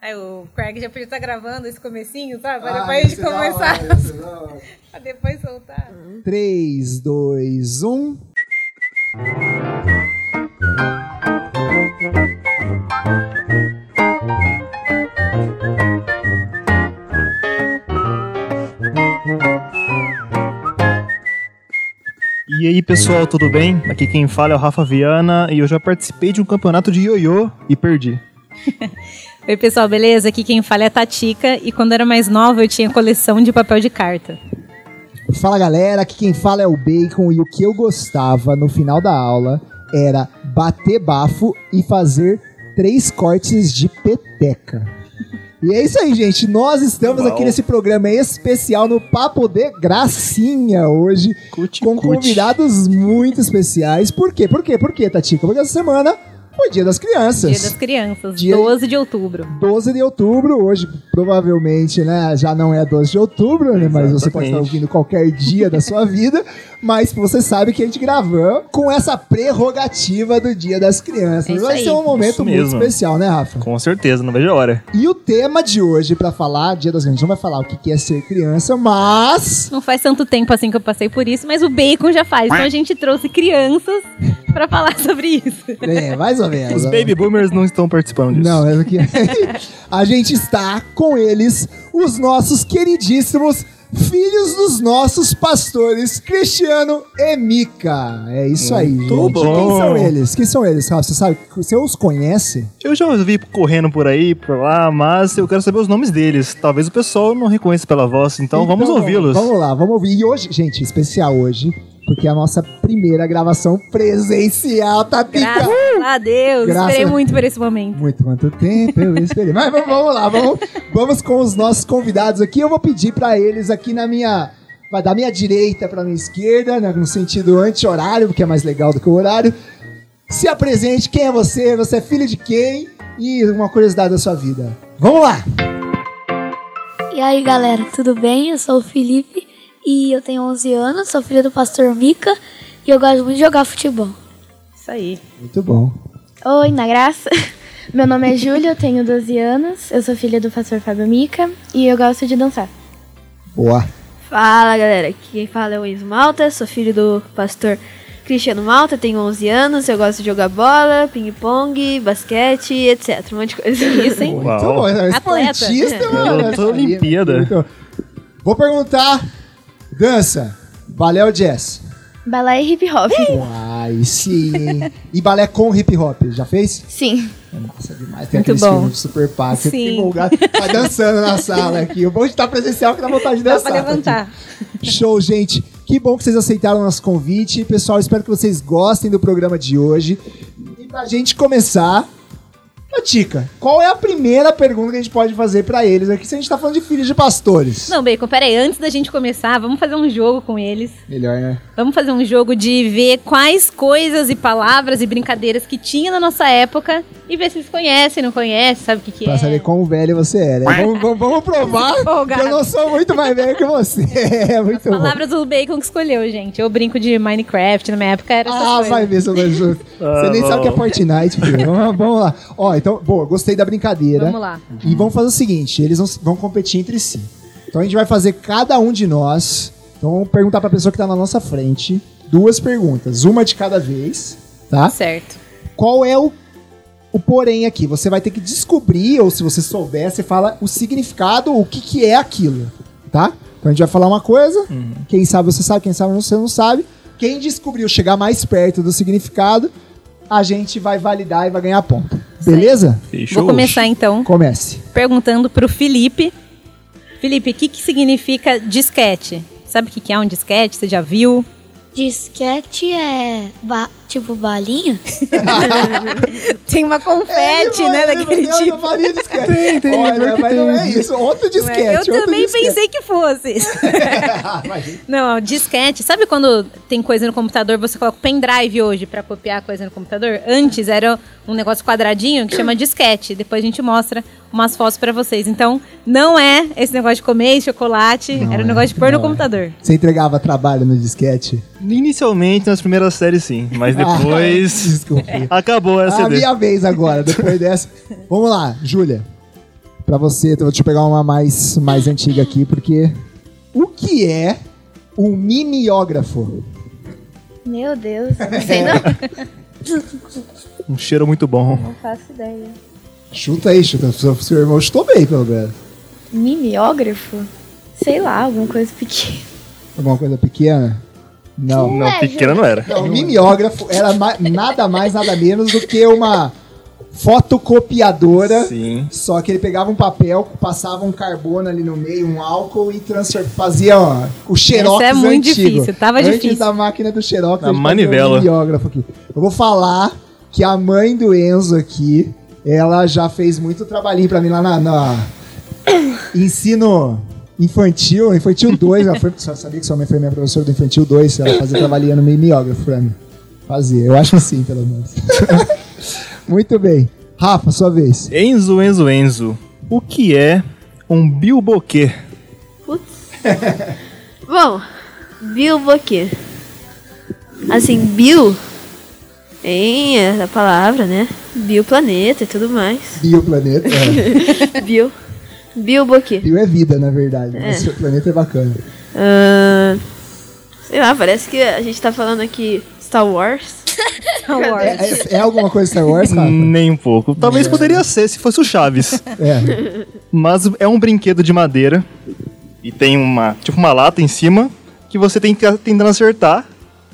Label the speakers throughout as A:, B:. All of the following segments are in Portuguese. A: Aí o Craig já podia estar gravando esse comecinho, sabe? Pra
B: Ah,
A: depois a gente
B: isso é da hora,
A: começar.
B: isso é da hora.
A: pra depois soltar.
B: 3, 2,
C: um.
B: 1.
C: E aí pessoal, tudo bem? Aqui quem fala é o Rafa Viana e eu já participei de um campeonato de ioiô e perdi.
A: Oi, pessoal, beleza? Aqui quem fala é a Tatica. E quando era mais nova, eu tinha coleção de papel de carta.
B: Fala galera, aqui quem fala é o Bacon e o que eu gostava no final da aula era bater bafo e fazer três cortes de peteca. E é isso aí, gente. Nós estamos aqui nesse programa especial no Papo de Gracinha hoje,
C: Cuti,
B: com convidados muito especiais. Por quê? Por quê? Por quê, Tatica? Porque essa semana foi Dia das Crianças.
A: Dia das Crianças,
B: Dia-
A: 12 de outubro.
B: 12 de outubro, hoje provavelmente, né, já não é 12 de outubro, né, mas você pode
C: Exatamente.
B: estar ouvindo qualquer dia da sua vida, mas você sabe que a gente gravou com essa prerrogativa do Dia das
A: É
B: Crianças.
A: isso
B: Vai
A: aí.
B: ser um momento
C: Isso
B: muito
C: mesmo.
B: especial, né, Rafa?
C: Com certeza, não vejo a hora.
B: E o tema de hoje pra falar, Dia das Crianças, não vai falar o que que é ser criança, mas
A: Não faz tanto tempo assim que eu passei por isso, mas o Bacon já faz. Então a gente trouxe crianças pra falar sobre isso.
B: é, mais ou menos.
C: Os baby boomers não estão participando disso.
B: Não, é aqui. a gente está com eles, os nossos queridíssimos filhos dos nossos pastores, Cristiano e Mica. É isso aí,
C: Muito
B: gente. Quem
C: bom.
B: são eles? Quem são eles, Rafa? Você sabe? Você os conhece?
C: Eu já vi correndo por aí, por lá, mas eu quero saber os nomes deles. Talvez o pessoal não reconheça pela voz, então, vamos ouvi-los.
B: Vamos lá, vamos ouvir. E hoje, gente, especial hoje, porque é a nossa primeira gravação presencial, tá, Pica?
A: Graças a Deus.
B: Graças
A: Esperei
B: a-
A: muito por esse momento.
B: Muito quanto tempo eu esperei. Mas vamos, vamos lá, vamos, vamos com os nossos convidados aqui. Eu vou pedir pra eles aqui na minha. vai Da minha direita pra minha esquerda, né, no sentido anti-horário, porque é mais legal do que o horário. Se apresente, quem é você? Você é filho de quem? E uma curiosidade da sua vida. Vamos lá!
D: E aí galera, tudo bem? Eu sou o Felipe e eu tenho 11 anos, sou filho do pastor Mica e eu gosto muito de jogar futebol.
A: Isso aí.
B: Muito bom.
E: Oi, na graça. Meu nome é Júlia, eu tenho 12 anos, eu sou filha do pastor Fábio Mica e eu gosto de dançar.
B: Boa.
F: Fala galera, aqui quem fala é o Enzo Malta, sou filho do pastor Cristiano Malta, tenho 11 anos, eu gosto de jogar bola, ping-pong, basquete, etc. Um monte de coisa. Isso, hein?
B: Muito bom. É
A: Atleta.
B: Esportista, mano. é
C: Garota Olimpíada.
B: Muito- Vou perguntar: dança, balé ou jazz?
E: Balé e é hip hop.
B: Uai, sim. hein? E balé com hip hop, já fez?
E: Sim.
B: Nossa, demais. Tem
A: Muito
B: aqueles
A: bom.
B: filmes de super passe.
A: Sim.
B: Empolgado. Tá dançando na sala aqui. O bom de estar presencial é que dá vontade de
A: Dá
B: dançar.
A: pra levantar.
B: Show, gente. Que bom que vocês aceitaram o nosso convite. Pessoal, espero que vocês gostem do programa de hoje. E pra gente começar, a dica. Qual é a primeira pergunta que a gente pode fazer pra eles aqui se a gente tá falando de filhos de pastores?
A: Não, Bacon, peraí, antes da gente começar, vamos fazer um jogo com eles.
B: Melhor, né?
A: Vamos fazer um jogo de ver quais coisas e palavras e brincadeiras que tinha na nossa época e ver se eles conhecem, não conhecem, sabe o que, que
B: Pra
A: é.
B: saber quão velho você era. Vamos, vamos- vamos provar que
A: Empolgado.
B: eu não sou muito mais velho que você. É muito bom.
A: Palavras do Bacon que escolheu, gente. Eu brinco de Minecraft, na minha época era essas
B: Ah,
A: coisas.
B: vai ver, seu Danjo. Você
C: Ah,
B: nem sabe o que é
C: bom.
B: Fortnite, filho. Vamos, vamos lá. Ó, então, boa, gostei da brincadeira.
A: Vamos lá.
B: E vamos fazer o seguinte: eles vão, vão competir entre si. Então a gente vai fazer cada um de nós. Então vamos perguntar pra pessoa que tá na nossa frente duas perguntas, uma de cada vez, tá?
A: Certo.
B: Qual é o, o porém aqui? Você vai ter que descobrir, ou se você souber, você fala o significado, o que, que é aquilo, tá? Então a gente vai falar uma coisa, quem sabe você sabe, quem sabe você não sabe. Quem descobriu chegar mais perto do significado, a gente vai validar e vai ganhar ponto. Beleza?
C: Fechou?
A: Vou começar então
B: Comece.
A: perguntando pro Felipe. Felipe, o que, que significa disquete? Sabe o que, que é um disquete? Você já viu?
D: Disquete é ba- tipo balinha?
A: Tem uma
B: É,
A: confete, né, daquele tipo.
B: Tem, tem. Olha,
C: pior que
B: mas não é
C: tem.
B: isso. Outro disquete.
A: eu
B: outro
A: também
B: disquete.
A: pensei que fosse.
B: Ah, vai.
A: Não, é disquete. Sabe quando tem coisa no computador, você coloca o pendrive hoje pra copiar a coisa no computador? Antes era um negócio quadradinho que chama disquete. Depois a gente mostra umas fotos pra vocês. Então, não é esse negócio de comer esse chocolate, era o negócio de pôr no computador.
B: Você entregava trabalho no disquete?
C: Inicialmente nas primeiras séries sim, mas
B: Ah,
C: depois
B: desculpa.
C: acabou essa
B: A
C: CD.
B: minha vez agora, depois dessa. Vamos lá, Júlia. Pra você, então, deixa eu pegar uma mais, mais antiga aqui, porque. O que é um mimeógrafo?
E: Meu Deus, eu não sei não.
C: Um cheiro muito bom.
E: Não faço ideia.
B: Chuta aí, chuta. Seu, seu irmão chutou bem, pelo menos.
E: Mimeógrafo? Sei lá, alguma coisa tipo. pequena.
B: Alguma coisa pequena? Não.
C: Não, pequena não era.
B: Não, o mimeógrafo era ma- nada mais, nada menos do que uma fotocopiadora.
C: Sim.
B: Só que ele pegava um papel, passava um carbono ali no meio, um álcool e transfer... fazia ó, o xerox
A: Essa é muito
B: antigo.
A: difícil, tava
B: Antes
A: difícil.
B: da máquina do xerox.
C: Na
B: a gente
C: manivela.
B: fazia um mimeógrafo aqui. Eu vou falar que a mãe do Enzo aqui, ela já fez muito trabalhinho pra mim lá na... na- Ensino infantil, infantil 2, ela foi, só sabia que sua mãe foi minha professora do infantil 2, ela fazia trabalhinho no mimeógrafo pra mim. Fazia, eu acho que sim, pelo menos. muito bem. Rafa, sua vez.
C: Enzo, Enzo, Enzo. O que é um bilboquê?
F: Bom, Bill Boquê. Assim, Bill em é a palavra, né? Bill planeta e tudo mais.
B: Bioplaneta. É.
F: Bill. Bill Boquê.
B: Rio é vida, na verdade. Mas o planeta é bacana.
F: Ah, sei lá, parece que a gente tá falando aqui Star Wars.
A: Award.
B: É, é alguma coisa Star Wars, Rafa?
C: Nem um pouco. Talvez poderia ser se fosse o Chaves.
B: É.
C: Mas é um brinquedo de madeira e tem uma, tipo uma lata em cima que você tem que tentando acertar.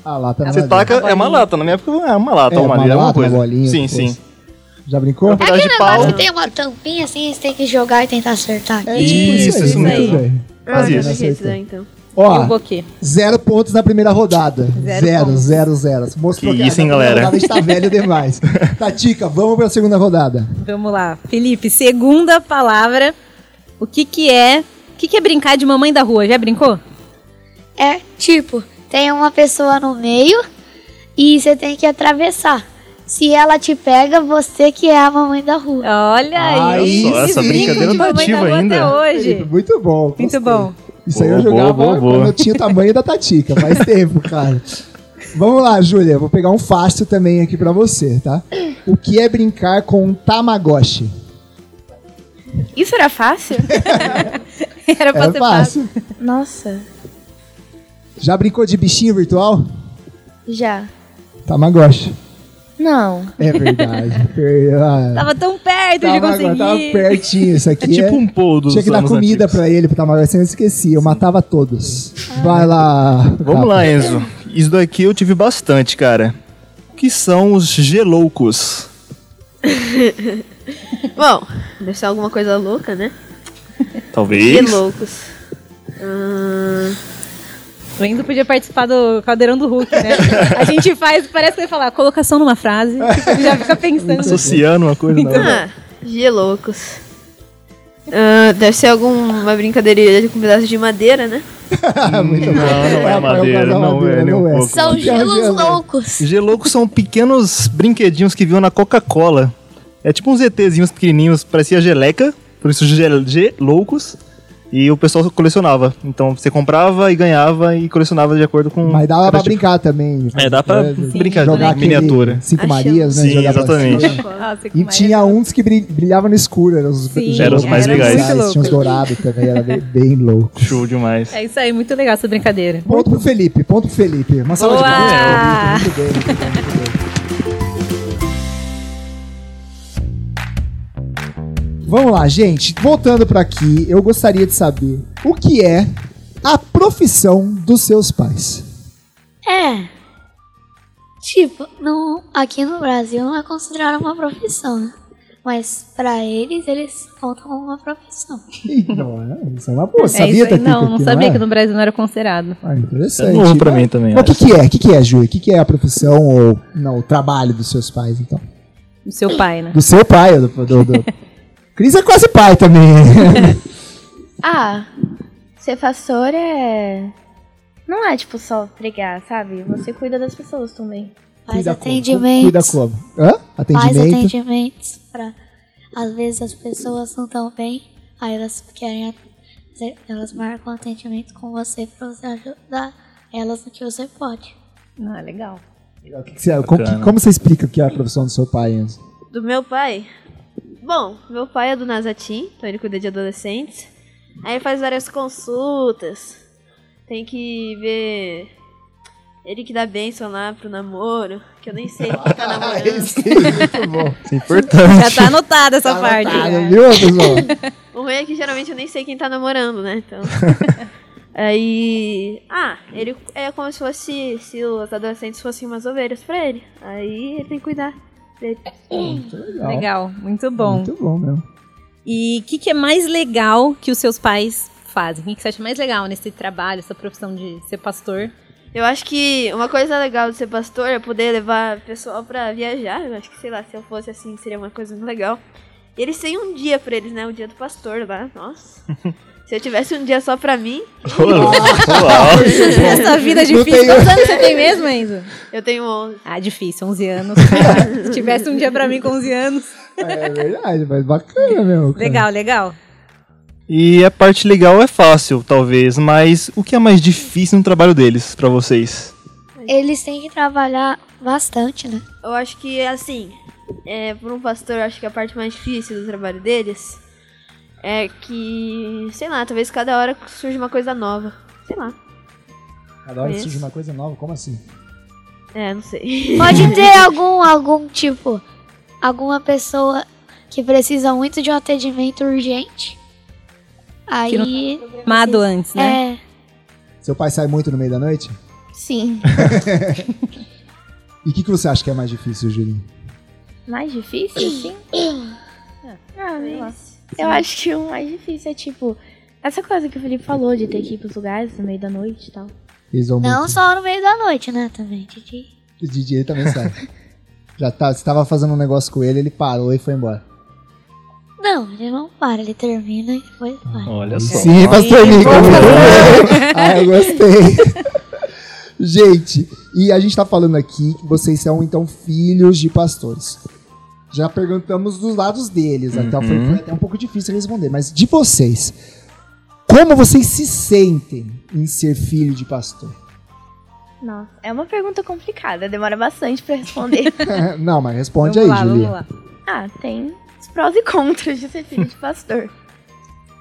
B: A lata Ah, tá na
C: Você
B: madeira.
C: taca, é uma lata, na minha época é uma lata,
B: É,
C: ou
B: uma
C: madeira, alguma
B: lata, uma
C: coisa.
B: bolinha,
C: sim,
B: que
C: sim.
B: fosse. Já brincou?
C: É um pedaço de pau.
D: negócio que tem uma tampinha assim, você tem que jogar e tentar acertar.
B: É
C: Isso, isso mesmo.
B: Muito bem.
C: Faz
F: Ah,
C: isso.
F: não sei o que é isso,
B: acertou.
F: né, então.
A: E o
B: Ó,
A: Boquê.
B: zero pontos na primeira rodada.
A: Zero
B: Zero,
A: pontos.
B: zero, zero. Você Mostrou
C: Que
B: a-
C: isso,
B: a
C: hein,
B: primeira
C: galera?
B: rodada está velho demais. Tatica, vamos pra segunda rodada.
A: Vamos lá. Felipe, segunda palavra. O que que é... O que que é brincar de mamãe da rua? Já brincou?
D: É tipo, tem uma pessoa no meio e você tem que atravessar. Se ela te pega, você que é a mamãe da rua.
A: Olha aí.
B: Aí
A: esse
B: sim. Essa
A: brinco
C: brincadeira
A: de
C: tá
A: mamãe da
C: ativa
A: rua
C: ainda.
A: Até hoje.
B: Muito bom. gostei.
A: Muito bom.
B: Isso aí eu
C: Boa,
B: jogava
C: boa, boa, boa.
B: quando eu tinha o tamanho da Tatica, faz tempo, cara. Vamos lá, Júlia, vou pegar um fácil também aqui pra você, tá? O que é brincar com um Tamagotchi?
E: Isso era fácil?
A: Era pra
B: É
A: ser fácil.
B: fácil.
E: Nossa,
B: Já brincou de bichinho virtual?
E: já.
B: Tamagotchi.
E: Não.
B: É verdade. Per- ah,
A: Tava tão perto de
B: Tamagotchi,
A: conseguir.
B: tava pertinho isso aqui.
C: É tipo um pô dos
B: Tinha que dar
C: anos
B: comida
C: antigos.
B: pra ele, pro Tamagotchi, senão eu esquecia. Eu matava todos. Vai lá.
C: Vamos lá, Enzo. Isso daqui eu tive bastante, cara. O que são os geloucos?
F: Bom, deve ser alguma coisa louca, né?
C: Talvez.
F: E loucos. Ah,
A: O Enzo podia participar do Caldeirão do Hulk, né? A gente faz, parece que ele falar colocação numa frase, tipo, já fica pensando.
C: Associando uma coisa na outra.
F: ah, geloucos. Ah, deve ser alguma brincadeirinha com um pedaço de madeira, né?
B: Tá muito bom.
C: Não, não é madeira, não é, nem um pouco.
D: São
B: Que é um
D: gelos
B: gelo.
D: loucos.
C: Geloucos são pequenos brinquedinhos que vinham na Coca-Cola. É tipo uns ETzinhos pequenininhos, parecia geleca, por isso gel- geloucos. E o pessoal colecionava. Então você comprava e ganhava e colecionava de acordo com.
B: Mas dava
C: cada
B: pra
C: tipo.
B: brincar também.
C: É, dá pra brincar de
B: jogar aquele
C: né? miniatura.
B: Cinco
F: Achamos.
B: Marias, né?
C: Sim,
B: jogar pra
C: exatamente.
B: cima.
A: Nossa, que
B: E
A: maravilha.
B: tinha uns que bri- brilhavam no escuro, eram os
A: Sim,
B: os
C: eram os mais
B: mais
C: legais.
A: muito
B: Tinha uns
A: louco.
B: dourados também, era bem, bem louco.
C: Show demais.
A: É isso aí, muito legal essa brincadeira.
B: Ponto pro Felipe, ponto pro Felipe. Uma salva de
A: Boa!
B: palmas. Muito bem, muito bem, muito bem. Vamos lá, gente. Voltando pra aqui, eu gostaria de saber o que é a profissão dos seus pais.
D: É. Tipo, não, aqui no Brasil não é considerado uma profissão, né? Mas pra eles, eles contam como uma profissão.
B: Ih, Não, é, isso é uma boa.
A: é
B: Sabia
A: isso aí,
B: Tatica,
A: não, não
B: que
A: sabia
B: é?
A: que no Brasil não era considerado.
B: Ah, interessante.
C: É novo pra mim também,
B: Mas O
C: acho.
B: que, que é? O que, que é, Júlia? O que, que é a profissão ou não, o trabalho dos seus pais, então?
A: O seu pai, né?
B: Do seu pai, do. do, do... Cris é quase pai também.
E: Ah, ser pastor é. Não é tipo só pregar, sabe? Você cuida das pessoas também.
D: Faz
B: Cuida como?
D: atendimento.
B: Cuida como? Hã?
D: Faz
B: Atendimento.
D: atendimentos pra. Às vezes as pessoas não estão bem, aí elas querem. a- Elas marcam atendimento com você pra você ajudar elas no que você pode.
A: Ah, legal.
B: O que é que você- como, que-
C: Bacana.
B: como você explica o que é a profissão do seu pai, Enzo?
F: Do meu pai. Bom, meu pai é do Nazatim, então ele cuida de adolescentes. Aí ele faz várias consultas. Tem que ver. Ele que dá bênção lá pro namoro, que eu nem sei quem tá
B: Ah,
F: namorando.
B: isso é muito bom.
C: Isso é importante.
A: Já tá anotada essa
B: Tá
A: parte. né?
B: anotado, viu, pessoal?
F: O ruim é que geralmente eu nem sei quem tá namorando, né? Então. Aí. Ah, ele é como se fosse. Se os adolescentes fossem umas ovelhas pra ele. Aí ele tem que cuidar. dele.
B: Legal.
A: Legal, muito bom.
B: Muito bom mesmo.
A: E o que, que é mais legal que os seus pais fazem? O que, que você acha mais legal nesse trabalho, essa profissão de ser pastor?
F: Eu acho que uma coisa legal de ser pastor é poder levar o pessoal pra viajar. Eu acho que, sei lá, se eu fosse assim, seria uma coisa muito legal. E eles têm um dia pra eles, né? O dia do pastor lá. Nossa. se eu tivesse um dia só pra mim,
C: Uau.
A: Essa vida
B: Não
A: difícil.
B: tenho-
A: Quantos anos você tem mesmo, Enzo?
F: eu tenho 11.
A: Ah, difícil, 11 anos. Ah, Se tivesse um dia pra mim com 11 anos.
B: É verdade, mas bacana mesmo. cara.
A: Legal, legal.
C: E a parte legal é fácil, talvez, mas o que é mais difícil no trabalho deles, pra vocês?
D: Eles têm que trabalhar bastante, né?
F: Eu acho que, assim, é, por um pastor, eu acho que a parte mais difícil do trabalho deles é que, sei lá, talvez cada hora surge uma coisa nova. Sei lá.
B: Cada hora que
F: Isso.
B: surge uma coisa nova, como assim?
F: É, não sei.
D: Pode ter algum, algum tipo, alguma pessoa que precisa muito de um atendimento urgente. Aí,
A: Mado antes,
F: tá,
A: né?
D: é,
B: Seu pai sai muito no meio da noite?
E: Sim.
B: E o que, que você acha que é mais difícil, Julinho?
E: Mais difícil, sim? ah, sei lá. Eu acho que o mais difícil é, tipo, essa coisa que o Felipe falou de ter que ir pros lugares no meio da noite e tal.
B: Eles vão
D: não
B: muito.
D: só no meio da noite, né, também, Didi?
B: O DJ também sai. Já tá, você tava fazendo um negócio com ele, ele parou e foi embora.
D: Não, ele não para, ele termina e depois para.
C: Olha
B: Sim, pastor Nico. Ah, eu gostei. Gente, e a gente tá falando aqui que vocês são, então, filhos de pastores. Já perguntamos dos lados deles, até foi, foi até um pouco difícil responder, mas de vocês, como vocês se sentem em ser filho de pastor?
E: Nossa, é uma pergunta complicada, demora bastante pra responder.
B: Não, mas responde
A: vamos
B: é
A: lá,
B: aí, Julia.
A: vamos lá.
E: ah, tem os prós e contras de ser filho de pastor.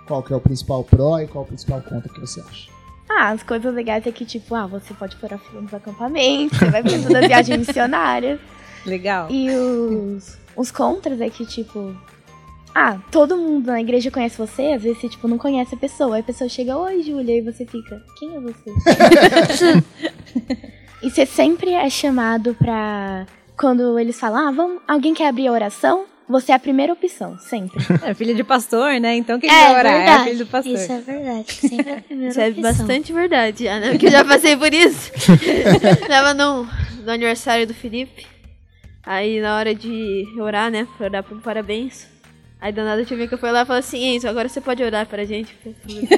B: Qual que é o principal pró e qual o principal contra que você acha?
E: Ah, as coisas legais é que, tipo, ah, você pode furar fila nos acampamentos, você vai pra todas as viagens missionárias.
A: Legal.
E: E os, os contras é que, tipo. Ah, todo mundo na igreja conhece você, às vezes você, tipo, não conhece a pessoa. Aí a pessoa chega, oi, Júlia, e você fica, quem é você? e você sempre é chamado pra. Quando eles falam, ah, vamos, alguém quer abrir a oração? Você é a primeira opção, sempre.
A: É filho de pastor, né? Então quem vai
D: É
A: orar é
D: verdade,
A: filho do pastor.
D: isso é verdade, sempre é a primeira
F: Tá Isso é
D: opção.
F: bastante verdade, já, né? Porque eu já passei por isso. Tava no, no aniversário do Felipe. Aí na hora de orar, né? Pra orar pro parabéns. Aí do nada a tia Mica foi lá e falou assim, Enzo, agora você pode orar pra gente. pro Felipe.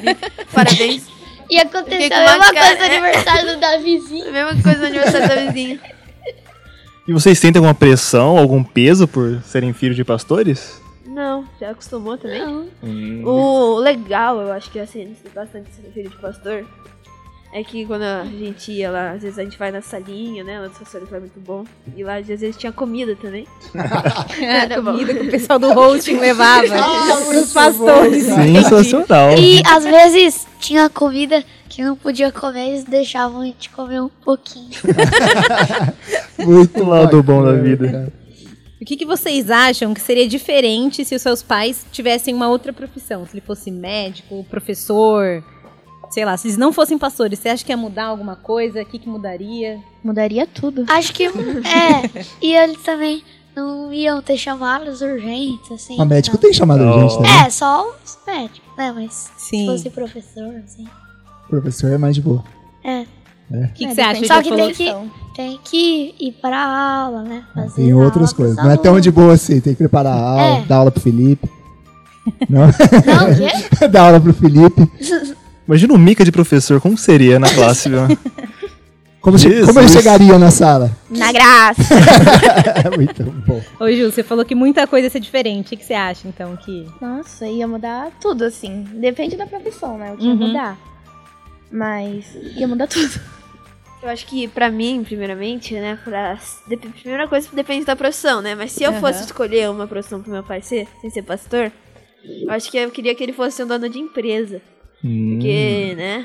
F: Parabéns.
D: E aconteceu
F: Fica
D: a mesma
F: uma cara-
D: coisa no aniversário do Davizinho.
F: A mesma coisa no aniversário da vizinha.
C: E vocês sentem alguma pressão, algum peso por serem filhos de pastores?
F: Não, já acostumou também? O legal, eu acho que assim, bastante ser filho de pastor, é que quando a gente ia lá, às vezes a gente vai na salinha, né? Lá dos pastores lá é muito bom. E lá às vezes tinha comida também.
D: Tá
F: Era bom.
A: É, Comida que o pessoal do hosting levava.
B: muito
A: os pastores.
C: Sensacional.
F: É.
D: E às vezes tinha comida que não podia comer, eles deixavam a gente comer um pouquinho.
B: Muito
C: O lado bom da
B: bacana,
C: vida.
B: cara.
A: O que, que vocês acham que seria diferente se os seus pais tivessem uma outra profissão? Se ele fosse médico, professor, sei lá, se eles não fossem pastores, você acha que ia mudar alguma coisa? O que, que mudaria?
E: Mudaria tudo.
D: Acho que é. E eles também não iam ter chamadas urgentes, assim.
B: A médico
D: então.
B: tem chamado a gente,
C: Oh.
B: né?
D: É, só os médicos, né? Mas se
A: Sim.
D: fosse professor, assim.
B: Professor é mais de boa.
A: O que, que
E: É,
A: você acha?
E: depende
A: Ele
D: Só
A: já
E: da
D: que
A: falou-
D: tem que-
E: formação.
D: Tem que ir pra aula, né? Fazer
B: tem outras
D: aula pros
B: coisas. Não é tão de boa assim. Tem que preparar a aula,
D: É.
B: dar aula pro Felipe.
D: alunos. Não, o quê?
B: dar aula pro Felipe.
C: Imagina o Mica de professor, como seria na classe, viu?
B: Como, che
C: Jesus.
B: como eu chegaria na sala?
E: Na graça!
B: É muito bom.
A: Ô, Ju, você falou que muita coisa ia ser diferente. O que, que você acha, então, que...
E: Nossa, ia mudar tudo, assim. Depende da profissão, né? O que ia
A: Uhum.
E: mudar. Mas ia mudar tudo.
F: Eu acho que, pra mim, primeiramente, né? Pra... de- Primeira coisa depende da profissão, né? Mas se eu fosse escolher uma profissão pro meu pai ser, sem ser pastor, eu acho que eu queria que ele fosse um dono de empresa. Porque, né?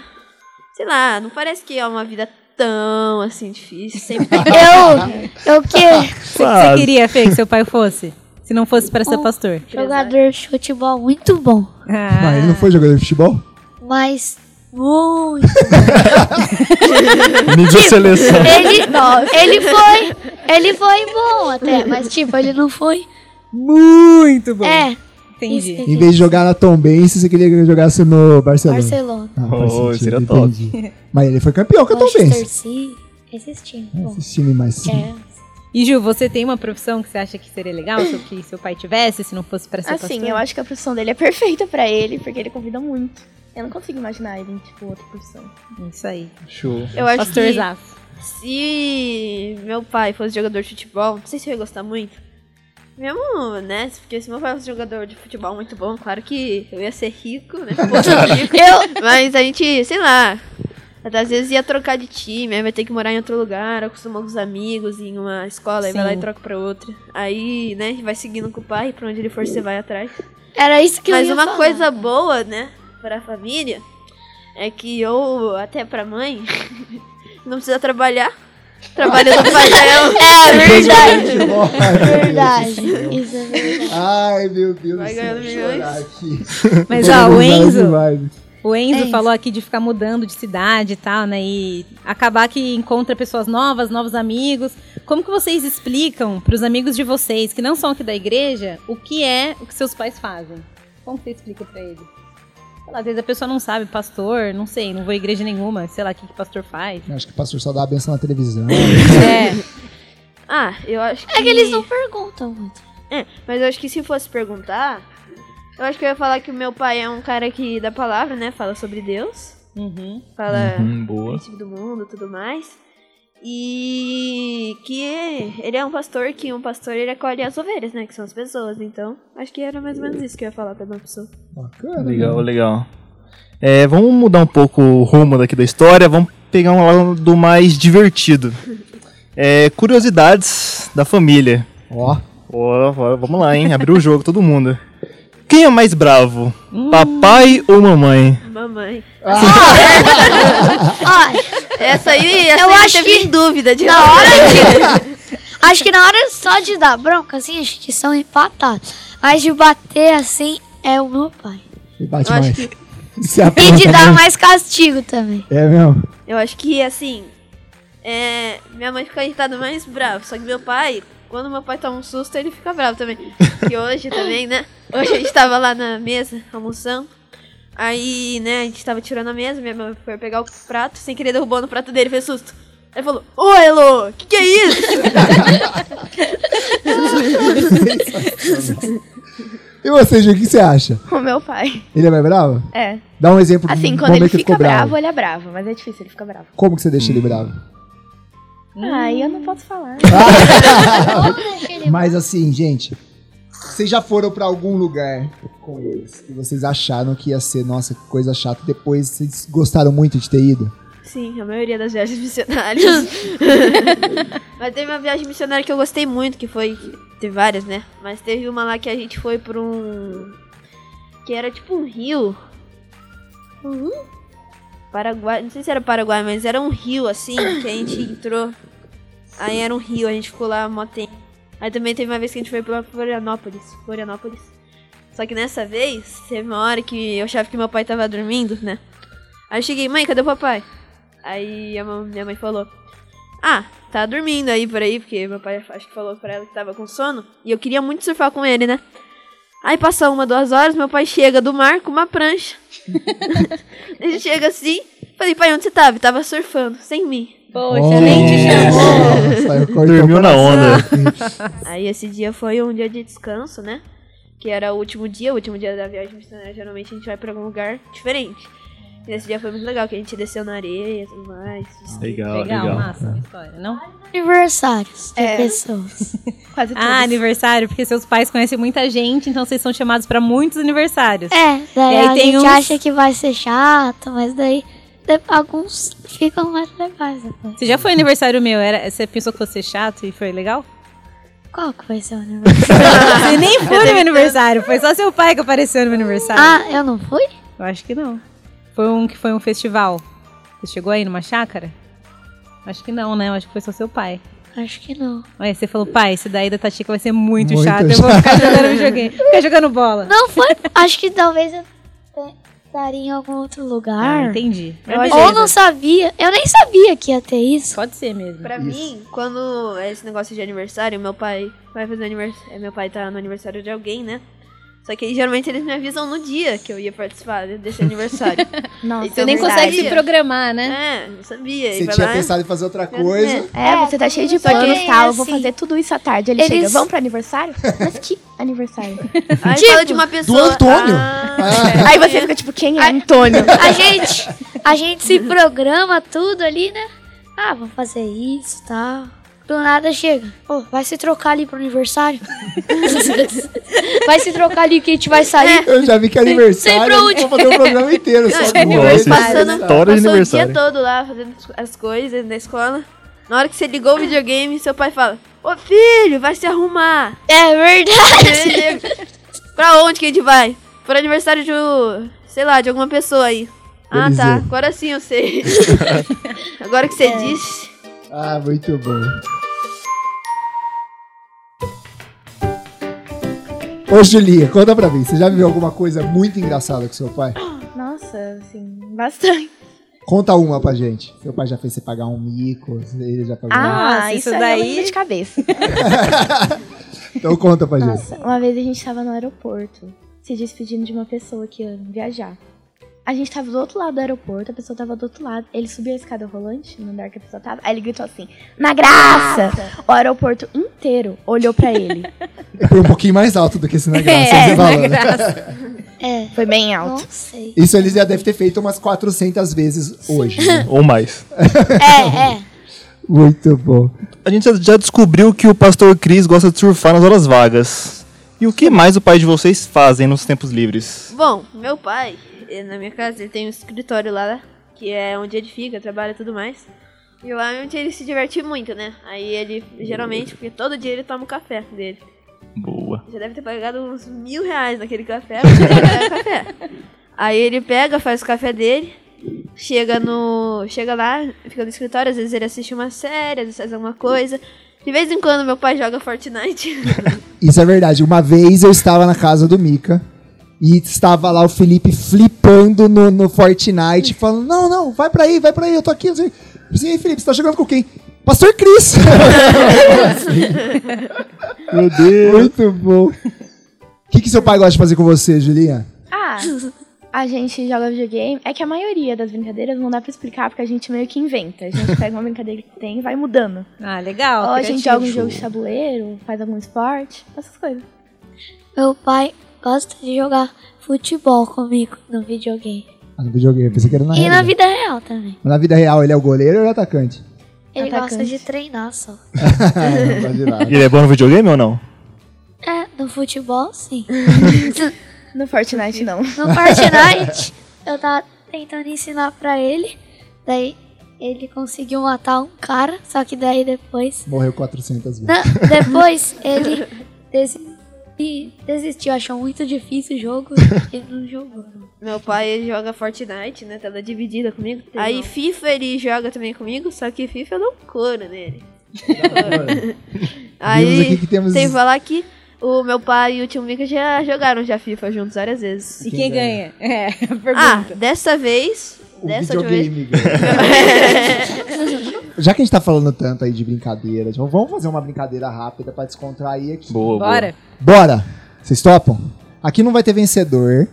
F: Sei lá, não parece que é uma vida tão assim difícil. Sempre
D: Eu, eu que
A: O que você
C: Ah,
A: queria, Fê, que seu pai fosse? Se não fosse pra ser pastor.
D: jogador de futebol muito bom,
A: Ah,
B: Mas ele não foi jogador de futebol?
D: mas muito.
C: Nível seleção.
D: Ele, ele foi, ele foi bom até, mas tipo ele não foi.
A: muito bom.
D: É, isso
A: Entendi.
D: que eu
B: Em
D: queria.
B: vez de jogar na Tombense, você queria que ele jogasse no Barcelona.
D: Barcelona,
B: Ah,
C: Oh,
B: faz sentido,
C: seria top.
B: entendi. Mas ele foi campeão com a
D: Manchester
B: Tombense.
D: City, esses times. Bom,
B: Esse time mais...
D: é,
A: E Ju, você tem uma profissão que você acha que seria legal se que seu pai tivesse, se não fosse pra ser
E: Assim,
A: pastor?
E: eu acho que a profissão dele é perfeita pra ele, porque ele convida muito. Eu não consigo imaginar ele em, tipo, outra profissão.
A: Isso aí.
C: Show.
F: eu acho
A: Pastor
F: que
A: Zaf.
F: se meu pai fosse jogador de futebol, não sei se eu ia gostar muito. Mesmo, né? Porque se meu pai fosse jogador de futebol muito bom, claro que eu ia ser rico, né? Um pouco rico. Mas a gente, sei lá, às vezes ia trocar de time, aí vai ter que morar em outro lugar, acostumar com os amigos em uma escola, aí vai
A: Sim.
F: lá e troca pra outra. Aí, né, vai seguindo com o pai, pra onde ele for, você vai atrás.
D: era isso que
F: Mas
D: eu ia
F: uma
D: falar.
F: coisa boa, né, pra família, é que eu, até pra mãe, não precisa trabalhar. Trabalha no painel,
D: é verdade,
B: Ai, meu Deus do céu.
D: verdade, isso é verdade.
B: Ai, meu Deus
F: Vai
B: do céu.
F: ganhando
B: vou chorar
F: milhões.
B: aqui.
A: Mas
B: Tô
A: ó, o
B: nervoso
A: Enzo,
B: demais.
A: O
D: É
A: Enzo
D: isso.
A: falou aqui de ficar mudando de cidade e tal, né? E acabar que encontra pessoas novas, novos amigos. Como que vocês explicam pros amigos de vocês que não são aqui da igreja o que é o que seus pais fazem? Como que você explica pra eles? Sei lá, às vezes a pessoa não sabe, pastor, não sei, não vou à igreja nenhuma, sei lá o que, que pastor faz.
B: Acho que o pastor só dá a benção na televisão.
A: é,
F: Ah, eu acho que.
D: É que eles não perguntam muito.
F: É, mas eu acho que se fosse perguntar, eu acho que eu ia falar que o meu pai é um cara que dá palavra, né? Fala sobre Deus,
A: uhum,
F: fala
C: Uhum,
F: o
C: boa.
F: princípio do mundo e tudo mais. E que ele é um pastor, que um pastor ele acolhe as ovelhas, né? Que são as pessoas. Então, acho que era mais ou menos isso que eu ia falar pra uma pessoa.
B: Bacana. né?
C: Legal, legal. É, vamos mudar um pouco o rumo daqui da história, vamos pegar um lado mais divertido. É, curiosidades da família.
B: Ó,
C: Ó, ó, vamos lá, hein? Abriu o jogo, todo mundo. Quem é mais bravo? Papai ou mamãe?
F: Mamãe.
D: Olha,
F: Essa aí, essa
D: Eu
F: aí
D: acho
F: teve
D: que-
F: em dúvida de
D: na hora de... Acho que na hora só de dar bronca, assim, acho que são empatados. Mas de bater, assim, é o meu pai.
B: e bate
F: Eu acho
B: mais.
F: que-
B: Se
D: E de
B: apronta
D: dar
B: mesmo.
D: mais castigo também.
B: É mesmo?
F: Eu acho que, assim, é, minha mãe fica irritada mais brava. Só que meu pai, quando meu pai toma um susto, ele fica bravo também. E hoje também, né? Hoje a gente tava lá na mesa, almoçando. Aí, né, a gente tava tirando a mesa, minha mãe foi pegar o prato, sem querer derrubou no prato dele, fez susto. Ele falou, ô Elo, que que é isso?
B: E você, Ju, o que você acha?
E: O meu pai.
B: Ele é mais bravo?
E: É.
B: Dá um exemplo
E: Assim,
B: do
E: quando
B: momento
E: ele
B: que
E: fica
B: ficou bravo.
E: bravo, ele é bravo. Mas é difícil, ele fica bravo.
B: Como que você deixa ele bravo?
E: Ai, eu não posso falar.
B: Mas assim, gente, vocês já foram pra algum lugar com eles e vocês acharam que ia ser, nossa, que coisa chata. Depois vocês gostaram muito de ter ido?
F: Sim, a maioria das viagens missionárias. Mas teve uma viagem missionária que eu gostei muito, que foi. Teve várias, né? Mas teve uma lá que a gente foi pra um. Que era tipo um rio. Uhum. Paraguai. Não sei se era Paraguai, mas era um rio assim, que a gente entrou. Aí era um rio, a gente ficou lá mó tempo. Aí também teve uma vez que a gente foi pra Florianópolis. Florianópolis. Só que nessa vez, teve uma hora que eu achava que meu pai tava dormindo, né? Aí eu cheguei, mãe, cadê o papai? Aí a ma- minha mãe falou: Ah, tá dormindo aí por aí, porque meu pai acho que falou pra ela que tava com sono. E eu queria muito surfar com ele, né? Aí passou uma, duas horas, meu pai chega do mar com uma prancha. ele chega assim, falei, pai, onde você tava? Ele tava surfando, sem mim.
A: Poxa,
B: Oh,
A: nem te chamou.
B: nossa, eu cortei o
C: Dormiu na onda.
F: Aí esse dia foi um dia de descanso, né? Que era o último dia, o último dia da viagem missionária. Geralmente a gente vai pra algum lugar diferente. E esse dia foi muito legal, que a gente desceu na areia e tudo mais.
A: Legal,
C: Legal,
D: É.
C: legal.
A: massa a história, não?
D: Aniversários de
E: É.
D: pessoas.
E: Quase tudo.
A: Ah, aniversário, porque seus pais conhecem muita gente, então vocês são chamados pra muitos aniversários.
D: É, daí
A: E aí
D: a
A: tem
D: gente
A: uns-
D: acha que vai ser chato, mas daí de- alguns ficam mais legais depois.
A: Você já foi aniversário meu? Era, você pensou que fosse chato e foi legal?
D: Qual que vai ser o negócio?
A: Você nem foi no meu aniversário, foi só seu pai que apareceu no meu aniversário.
D: ah, eu não fui?
A: Eu acho que não. Foi um que foi um festival. Você chegou aí numa chácara? Acho que não, né? Eu acho que foi só seu pai.
D: Acho que não.
A: Olha, você falou, pai, esse daí da Tatica vai ser muito,
B: Muito
A: chato. Eu vou ficar jogando videogame. Ficar jogando bola.
D: Não foi? acho que talvez eu te- estaria em algum outro
A: Ah,
D: lugar.
A: entendi.
E: Eu acho
D: Ou não sabia. Eu nem sabia que ia ter isso.
A: Pode ser mesmo.
F: Pra mim, quando é esse negócio de aniversário, meu pai vai fazer aniversário. Meu pai tá no aniversário de alguém, né? Só que geralmente eles me avisam no dia que eu ia participar desse aniversário.
E: Nossa,
F: Então,
E: é
F: nem
E: verdade.
F: consegue se
A: programar, né?
F: é, não sabia. E
B: Você
F: vai
B: tinha
F: lá-
B: pensado em fazer outra coisa.
E: É, você tá cheio de
D: Só que
E: planos e tal. Eu vou
D: assim,
E: fazer tudo isso à tarde. Ele
D: eles-
E: chega, vamos pro aniversário? Mas que aniversário?
F: Aí
D: Tipo,
F: fala de uma pessoa.
B: Antônio.
F: Ah,
E: Aí você fica tipo, quem é Antônio?
D: A gente, a gente se programa tudo ali, né? Ah, vou fazer isso e tal. Do nada chega. Ô, vai se trocar ali pro aniversário? vai se trocar ali que a gente vai sair.
B: Eu já vi que é aniversário.
D: sempre
B: eu
D: o último.
B: Vou fazer o programa inteiro. Só de
C: Nossa,
F: passando-
C: história de
F: passou o
C: aniversário.
F: dia todo lá fazendo as- as coisas na escola. Na hora que você ligou o videogame, seu pai fala: Ô filho, vai se arrumar.
D: É verdade.
F: pra onde que a gente vai? Pro aniversário de. um- sei lá, de alguma pessoa aí. Ah
B: Eliseu.
F: tá, agora sim eu sei. agora que você disse.
B: Ah, muito bom. Ô, Julia, conta pra mim. Você já viu alguma coisa muito engraçada com seu pai?
E: Nossa, assim, bastante.
B: Conta uma pra gente. Seu pai já fez você pagar um mico, ele já pagou.
E: Ah,
A: Nossa,
E: isso,
A: isso
E: daí...
A: daí-
E: de cabeça.
B: Então conta pra gente.
E: Nossa, uma vez a gente tava no aeroporto, se despedindo de uma pessoa que ia viajar. A gente tava do outro lado do aeroporto, a pessoa tava do outro lado. Ele subiu a escada rolante no andar que a pessoa tava. Aí ele gritou assim: Na graça! O aeroporto inteiro olhou pra ele.
B: Foi um pouquinho mais alto do que esse negócio.
A: É,
B: você falou, né?
A: graça.
D: É,
E: Foi bem
D: não
E: alto.
D: sei.
B: Isso eles já devem ter feito umas 400 vezes hoje. né?
C: Ou mais.
D: É, é.
B: Muito bom.
C: A gente já- já descobriu que o pastor Cris gosta de surfar nas horas vagas. E o que mais o pai de vocês fazem nos tempos livres?
F: Bom, meu pai, eh, na minha casa, ele tem um escritório lá, que é onde ele fica, trabalha e tudo mais. E lá é onde ele se diverte muito, né? Aí ele, geralmente, porque todo dia ele toma o café dele.
C: Boa.
F: Já deve ter pagado uns mil reais naquele café, mas ele pega o café. Aí ele pega, faz o café dele, chega no. chega lá, fica no escritório, às vezes ele assiste uma série, às vezes faz alguma coisa. De vez em quando meu pai joga Fortnite.
B: Isso é verdade. Uma vez eu estava na casa do Mika e estava lá o Felipe flipando no, no Fortnite, falando: Não, não, vai pra aí, vai pra aí, eu tô aqui. não sei o quê." Eu pensei, E aí, Felipe, você tá chegando com quem? Pastor Cris!
C: Meu Deus.
B: Muito bom. O que, que seu pai gosta de fazer com você, Julia?
E: Ah, a gente joga videogame. É que a maioria das brincadeiras não dá pra explicar, porque a gente meio que inventa. A gente pega uma brincadeira que tem e vai mudando.
A: Ah, legal.
E: Ou a gente
A: criativo.
E: joga um jogo de tabuleiro, faz algum esporte, essas coisas.
D: Meu pai gosta de jogar futebol comigo no videogame.
B: Ah, no videogame, pensei que era na
D: E
B: real.
D: na vida real também.
B: Mas na vida real, ele é o goleiro ou é o atacante?
D: Ele gosta
E: Atacante.
D: de treinar só.
B: Não pode nada.
C: Ele é bom no videogame ou não?
D: É, no futebol sim.
E: No Fortnite, não.
D: No Fortnite, eu tava tentando ensinar pra ele. Daí ele conseguiu matar um cara, só que daí depois.
B: Morreu 400 vezes.
D: Não, depois ele desi- e desistiu, achou muito difícil o jogo e não jogou.
F: Meu pai ele joga Fortnite, né? Tela dividida comigo. Aí FIFA ele joga também comigo, só que FIFA eu dou um couro nele.
B: Vimos aqui
F: Aí
B: que temos-
F: sem falar que o meu pai e o tio Mika já jogaram já FIFA juntos várias vezes.
A: E quem ganha? É,
F: Ah,
A: pergunta.
F: dessa vez.
B: O
F: dessa última vez.
B: videogame. ganha. Já que a gente tá falando tanto aí de brincadeira, tipo, vamos fazer uma brincadeira rápida pra descontrair aqui.
C: Boa,
A: Bora.
B: Bora! Vocês topam? Aqui não vai ter vencedor,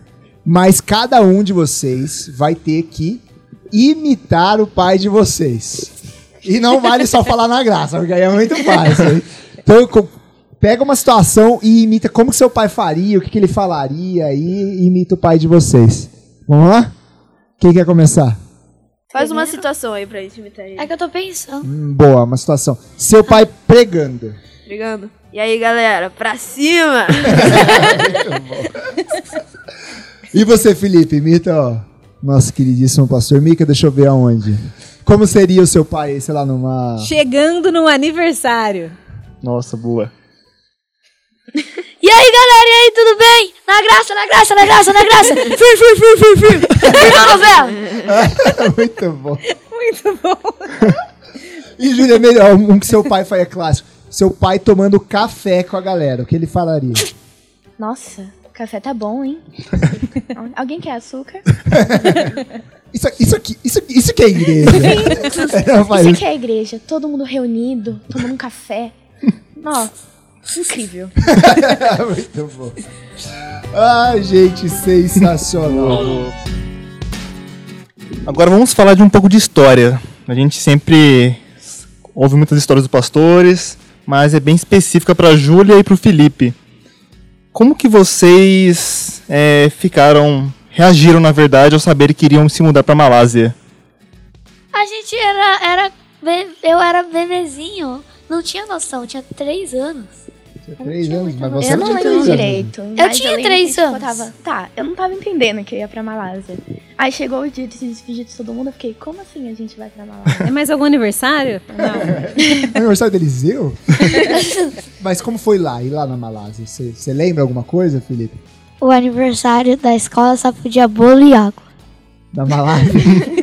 B: mas cada um de vocês vai ter que imitar o pai de vocês. E não vale só falar na graça, porque aí é muito fácil. hein? Então, co- pega uma situação e imita como que seu pai faria, o que, que ele falaria, e imita o pai de vocês. Vamos lá? Quem quer começar?
F: Faz uma situação aí pra gente imitar ele.
D: É que eu tô pensando.
B: Hum, boa, uma situação. Seu pai pregando.
F: Brigando. E aí, galera, pra cima!
B: E você, Felipe, imita, ó. Nosso queridíssimo pastor Mica, deixa eu ver aonde. Como seria o seu pai, sei lá, numa.
A: Chegando no aniversário.
C: Nossa, boa.
D: E aí, galera, e aí, tudo bem? Na graça, na graça, na graça, na graça. Fui, fui, fui, fui, fui. Fui na novela.
B: Muito bom.
A: Muito bom.
B: E Júlia, melhor, um que seu pai faria clássico. Seu pai tomando café com a galera, o que ele falaria?
E: Nossa, o café tá bom, hein? Alguém quer açúcar?
B: Isso, isso aqui, isso, isso que é igreja. Ela faz
E: Isso
B: isso.
E: aqui é a igreja, todo mundo reunido, tomando um café. Ó,
D: é
E: incrível.
B: Ah, Muito bom. Ai, gente, sensacional.
C: Agora vamos falar de um pouco de história. A gente sempre ouve muitas histórias dos pastores, mas é bem específica para Júlia e para o Felipe. Como que vocês é, ficaram, reagiram na verdade ao saber que iriam se mudar para Malásia?
D: A gente era. era be- eu era bebezinho. Não tinha noção, tinha três anos.
B: Tinha três anos, mas você
E: Eu não
B: tinha
E: lembro
B: três anos.
E: direito. mas
D: tinha
E: lembro
D: três
E: que, tipo,
D: anos.
E: Eu tava, tá, eu não tava entendendo que eu ia pra Malásia. Aí chegou o dia de se despedir de todo mundo, eu fiquei, como assim a gente vai pra Malásia?
A: É mais algum aniversário? Não.
B: É aniversário do Eliseu? Mas como foi lá, e lá na Malásia? Você você lembra alguma coisa, Felipe?
D: O aniversário da escola só podia bolo e água.
B: Da Malásia?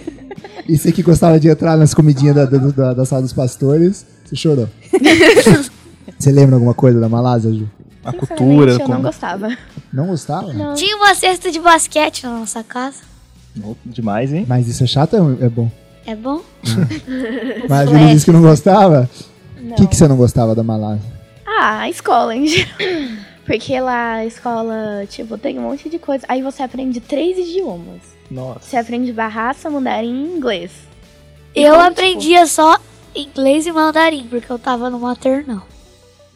B: e você que gostava de entrar nas comidinhas da, da- da- da sala dos pastores, você chorou. você lembra alguma coisa da Malásia, Ju?
C: A cultura,
E: Sinceramente, Eu não
C: como... é?
E: gostava.
B: Não gostava?
E: Não.
D: Tinha uma cesta de basquete na nossa casa.
C: demais, hein?
B: Mas isso é chato ou é bom?
D: É bom?
B: Mas a
D: Ué.
B: Júlia disse que não gostava? O
E: Não.
B: que, que você não gostava da Malásia?
E: Ah, a escola, em geral. Porque lá a escola, tipo, tem um monte de coisa. Aí você aprende três idiomas. Você
C: Nossa.
E: aprende barraça, mandarim e inglês. E
D: Eu
E: como,
D: aprendia só inglês e mandarim, porque eu tava no maternal.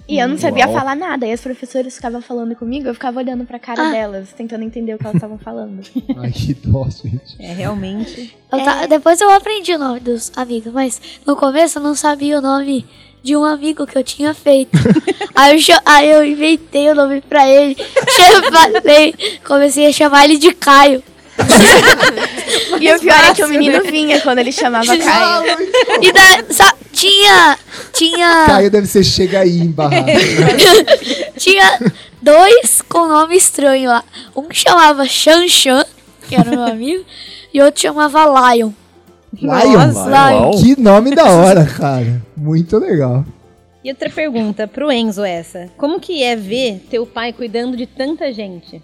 E: E eu não sabia
C: Uau.
E: falar nada. E as professoras ficavam falando comigo, eu ficava olhando pra cara
D: Ah.
E: delas, tentando entender o que elas estavam falando.
B: Ai, que dó, gente.
A: É realmente.
D: Eu ta- Depois eu aprendi o nome dos amigos, mas no começo eu não sabia o nome de um amigo que eu tinha feito. aí, eu, cha- aí eu inventei o nome pra ele, chamei, comecei a chamar ele de Caio.
E: E o pior é que o menino vinha quando ele chamava Caio.
B: Ah,
D: E da, sa- tinha, tinha,
B: Caio deve ser chega aí em Barra.
D: tinha dois com nome estranho lá. Um que chamava Chan Chan, que era meu amigo, e outro chamava Lion.
B: Lion?
C: É um
D: Lion.
B: Que nome da hora, cara. Muito legal.
A: E outra pergunta pro Enzo essa. Como que é ver teu pai cuidando de tanta gente?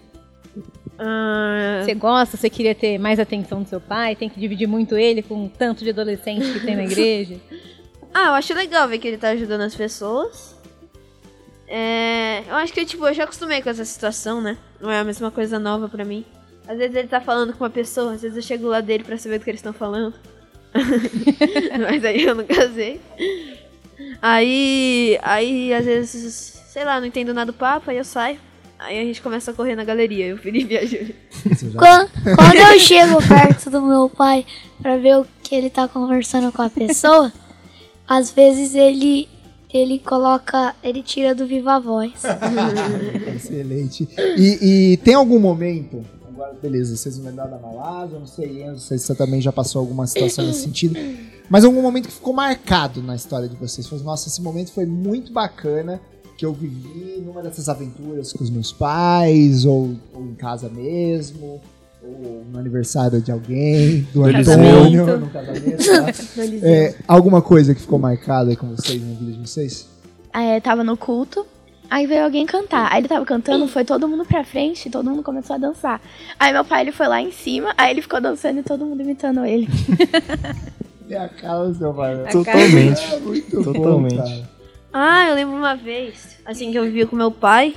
F: Ah,
A: Você gosta? Você queria ter mais atenção do seu pai? Tem que dividir muito ele com o tanto de adolescente que tem na igreja?
F: Ah, eu acho legal ver que ele tá ajudando as pessoas. É, eu acho que tipo, eu já acostumei com essa situação, né? Não é a mesma coisa nova pra mim. Às vezes ele tá falando com uma pessoa, às vezes eu chego lá dele pra saber do que eles estão falando. Mas aí eu não casei. Aí, aí às vezes, sei lá, não entendo nada do papo, aí eu saio. Aí a gente começa a correr na galeria, eu, Felipe e a Júlia.
D: Quan- Quando, eu chego perto do meu pai pra ver o que ele tá conversando com a pessoa, às vezes ele ele coloca, ele tira do viva voz.
B: Excelente. E, e tem algum momento. Agora, beleza, vocês não lembraram da Malásia, eu não sei, Enzo, não sei se você também já passou alguma situação nesse sentido. Mas algum momento que ficou marcado na história de vocês. Falou, nossa, esse momento foi muito bacana que eu vivi numa dessas aventuras com os meus pais, ou, ou em casa mesmo, ou no aniversário de alguém, do
C: Eliseu.
B: Antônio, no casamento. tá? É, alguma coisa que ficou marcada com vocês na vida de vocês?
E: Aí eu tava no culto. Aí veio alguém cantar. Aí ele tava cantando, foi todo mundo pra frente, todo mundo começou a dançar. Aí meu pai ele foi lá em cima, aí ele ficou dançando e todo mundo imitando ele.
B: É a cara do seu pai.
C: Totalmente.
B: É muito
C: Totalmente.
B: bom, cara.
F: Ah, eu lembro uma vez, assim que eu vivia com meu pai.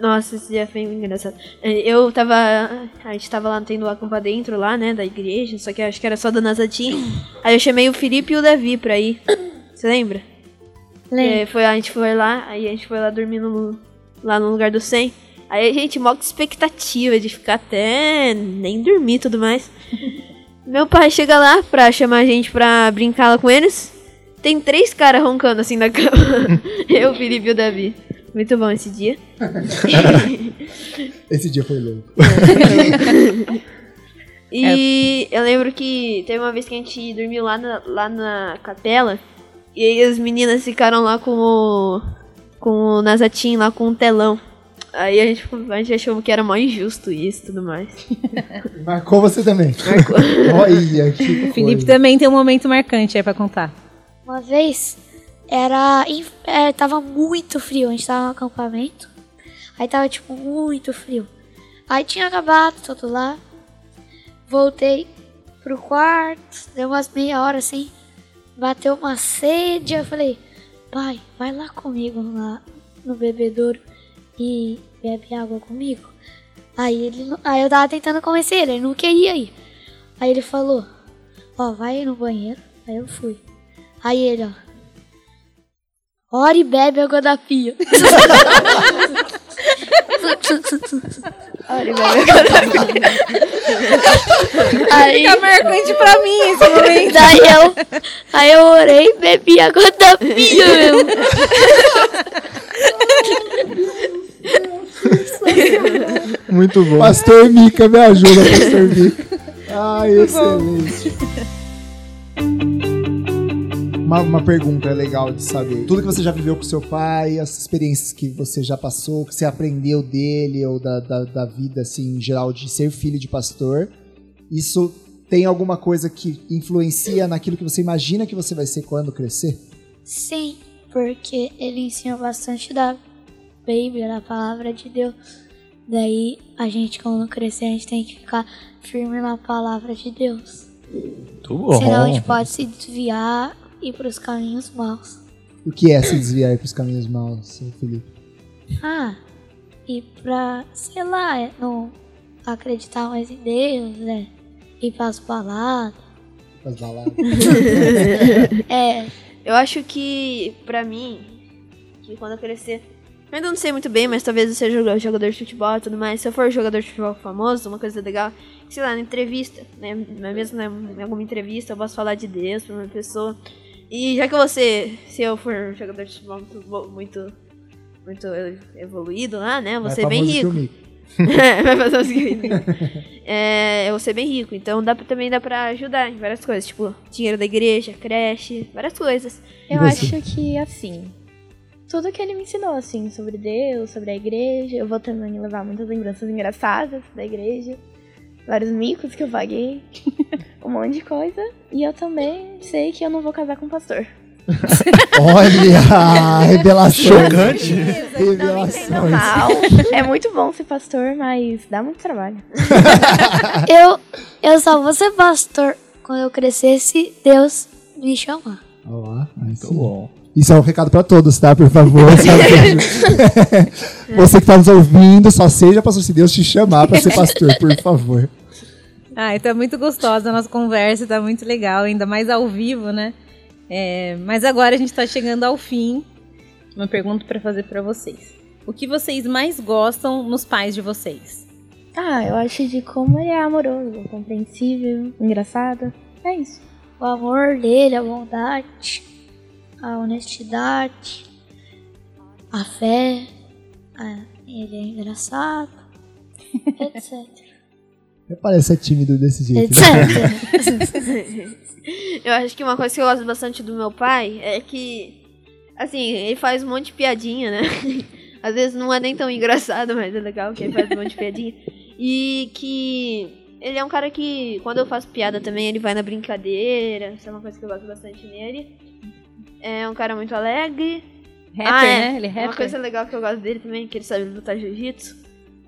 F: Nossa, esse dia foi engraçado. Eh, Eu tava. A gente tava lá tendo lá pra dentro, lá, né, da igreja, só que eu acho que era só da Nazatim. Aí eu chamei o Felipe e o Davi pra ir. Você lembra? Eh, foi, a gente foi lá, aí a gente foi lá dormindo no- lá no lugar do 100. Aí a gente, mó que expectativa de ficar até nem dormir e tudo mais. Meu pai chega lá pra chamar a gente pra brincar lá com eles. Tem três caras roncando assim na cama. Eu, o Felipe e o Davi. Muito bom esse dia.
B: Esse dia foi louco.
F: E eu lembro que teve uma vez que a gente dormiu lá na, lá na capela. E aí as meninas ficaram lá com o. com o Nazatin lá com um telão. Aí a gente, ficou- a gente achou que era mó injusto isso e tudo mais.
B: Marcou você também. Marcou. Olha, que
A: O Felipe
B: coisa.
A: também tem um momento marcante aí pra contar.
D: Uma vez era, inf- é, tava muito frio, a gente tava no acampamento. Aí tava tipo muito frio. Aí tinha acabado tudo lá. Voltei pro quarto, deu umas meia hora assim. Bateu uma sede, eu falei: "Pai, vai lá comigo lá no bebedouro e bebe água comigo". Aí ele, não- aí eu tava tentando convencer ele, ele não queria ir. Aí ele falou: "Ó, vai no banheiro". Aí eu fui. Aí ele, ó. Ora e bebe água da pia.
E: Olha, velho.
D: Aí,
A: Fica marcante pra mim esse momento.
D: daí eu, aí eu orei e bebi água da pia mesmo.
C: Muito bom.
B: Pastor Mica, me ajuda, Pastor Mica. Ai, excelente. Uma, uma pergunta legal de saber. Tudo que você já viveu com seu pai, as experiências que você já passou, que você aprendeu dele ou da, da, da vida, assim, em geral, de ser filho de pastor, isso tem alguma coisa que influencia naquilo que você imagina que você vai ser quando crescer?
D: Sim, porque ele ensina bastante da Bíblia, da palavra de Deus. Daí a gente, quando crescer, a gente tem que ficar firme na palavra de Deus.
G: Muito
C: Uhum.
G: bom.
D: Senão a gente pode se desviar e ir pros caminhos maus.
B: O que é se desviar para os caminhos maus, seu Felipe?
D: Ah, e pra, sei lá, é, não acreditar mais em Deus, né? E pras baladas.
B: As baladas.
D: É,
F: Eu acho que, pra mim, que quando eu crescer. Eu ainda não sei muito bem, mas talvez eu seja joga- jogador de futebol e tudo mais. Se eu for jogador de futebol famoso, uma coisa legal, sei lá, na entrevista, né? na- Mesmo na- em alguma entrevista, eu posso falar de Deus pra uma pessoa. E já que você, se eu for jogador de futebol muito, bo- muito, muito evoluído lá, né? Você é
B: Mais
F: bem
B: famoso que
F: rico.
B: o Mica.
F: É, vai fazer uns games. É, eu vou ser bem rico, então dá, pra- também dá pra ajudar em várias coisas, tipo, dinheiro da igreja, creche, várias coisas.
E: Eu
B: você?
E: acho que, assim, tudo que ele me ensinou, assim, sobre Deus, sobre a igreja, eu vou também levar muitas lembranças engraçadas da igreja, vários micos que eu paguei, um monte de coisa. E eu também sei que eu não vou casar com um pastor.
B: Olha, revelação.
C: Chocante.
B: Revelações.
E: Mal. é muito bom ser pastor, mas dá muito trabalho.
D: eu, eu só vou ser pastor quando eu crescer se Deus me chamar.
B: Olha lá, aí
G: Muito
B: sim.
G: bom.
B: Isso é um recado pra todos, tá? Por favor. sabe? Você que tá nos ouvindo, só seja pastor se Deus te chamar pra ser pastor, por favor.
A: Ah, então é muito gostosa a nossa conversa, tá muito legal, ainda mais ao vivo, né? É, mas agora a gente tá chegando ao fim. Uma pergunta pra fazer pra vocês. O que vocês mais gostam nos pais de vocês?
E: Ah, eu acho de como ele é amoroso, compreensível, engraçado. É isso.
D: O amor dele, a bondade, a honestidade, a fé. a- ele é engraçado, etc.
B: Até Parece ser tímido desse jeito. né?
D: etc.
F: Eu acho que uma coisa que eu gosto bastante do meu pai é que, assim, ele faz um monte de piadinha, né? Às vezes não é nem tão engraçado, mas é legal que ele faz um monte de piadinha. E que ele é um cara que, quando eu faço piada também, ele vai na brincadeira, isso é uma coisa que eu gosto bastante nele. É um cara muito alegre.
A: Rapper,
F: Ah, é.
A: né? Ele é
F: Uma
A: rapper.
F: coisa legal que eu gosto dele também é que ele sabe lutar jiu-jitsu.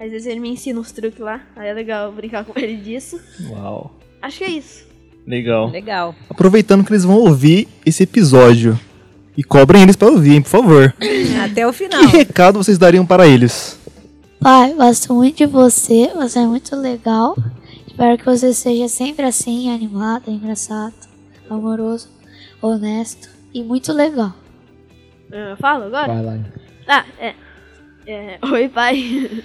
F: Às vezes ele me ensina uns truques lá, aí é legal brincar com ele disso.
G: Uau.
F: Acho que é isso.
G: Legal.
A: Legal.
C: Aproveitando que eles vão ouvir esse episódio. E cobrem eles pra ouvir, hein, por favor.
A: Até o final.
C: Que recado vocês dariam para eles?
D: Pai, gosto muito de você, você é muito legal. Espero que você seja sempre assim, animado, engraçado, amoroso, honesto e muito legal.
F: Eu falo agora?
B: Vai lá.
F: Ah, é. É, Oi, pai.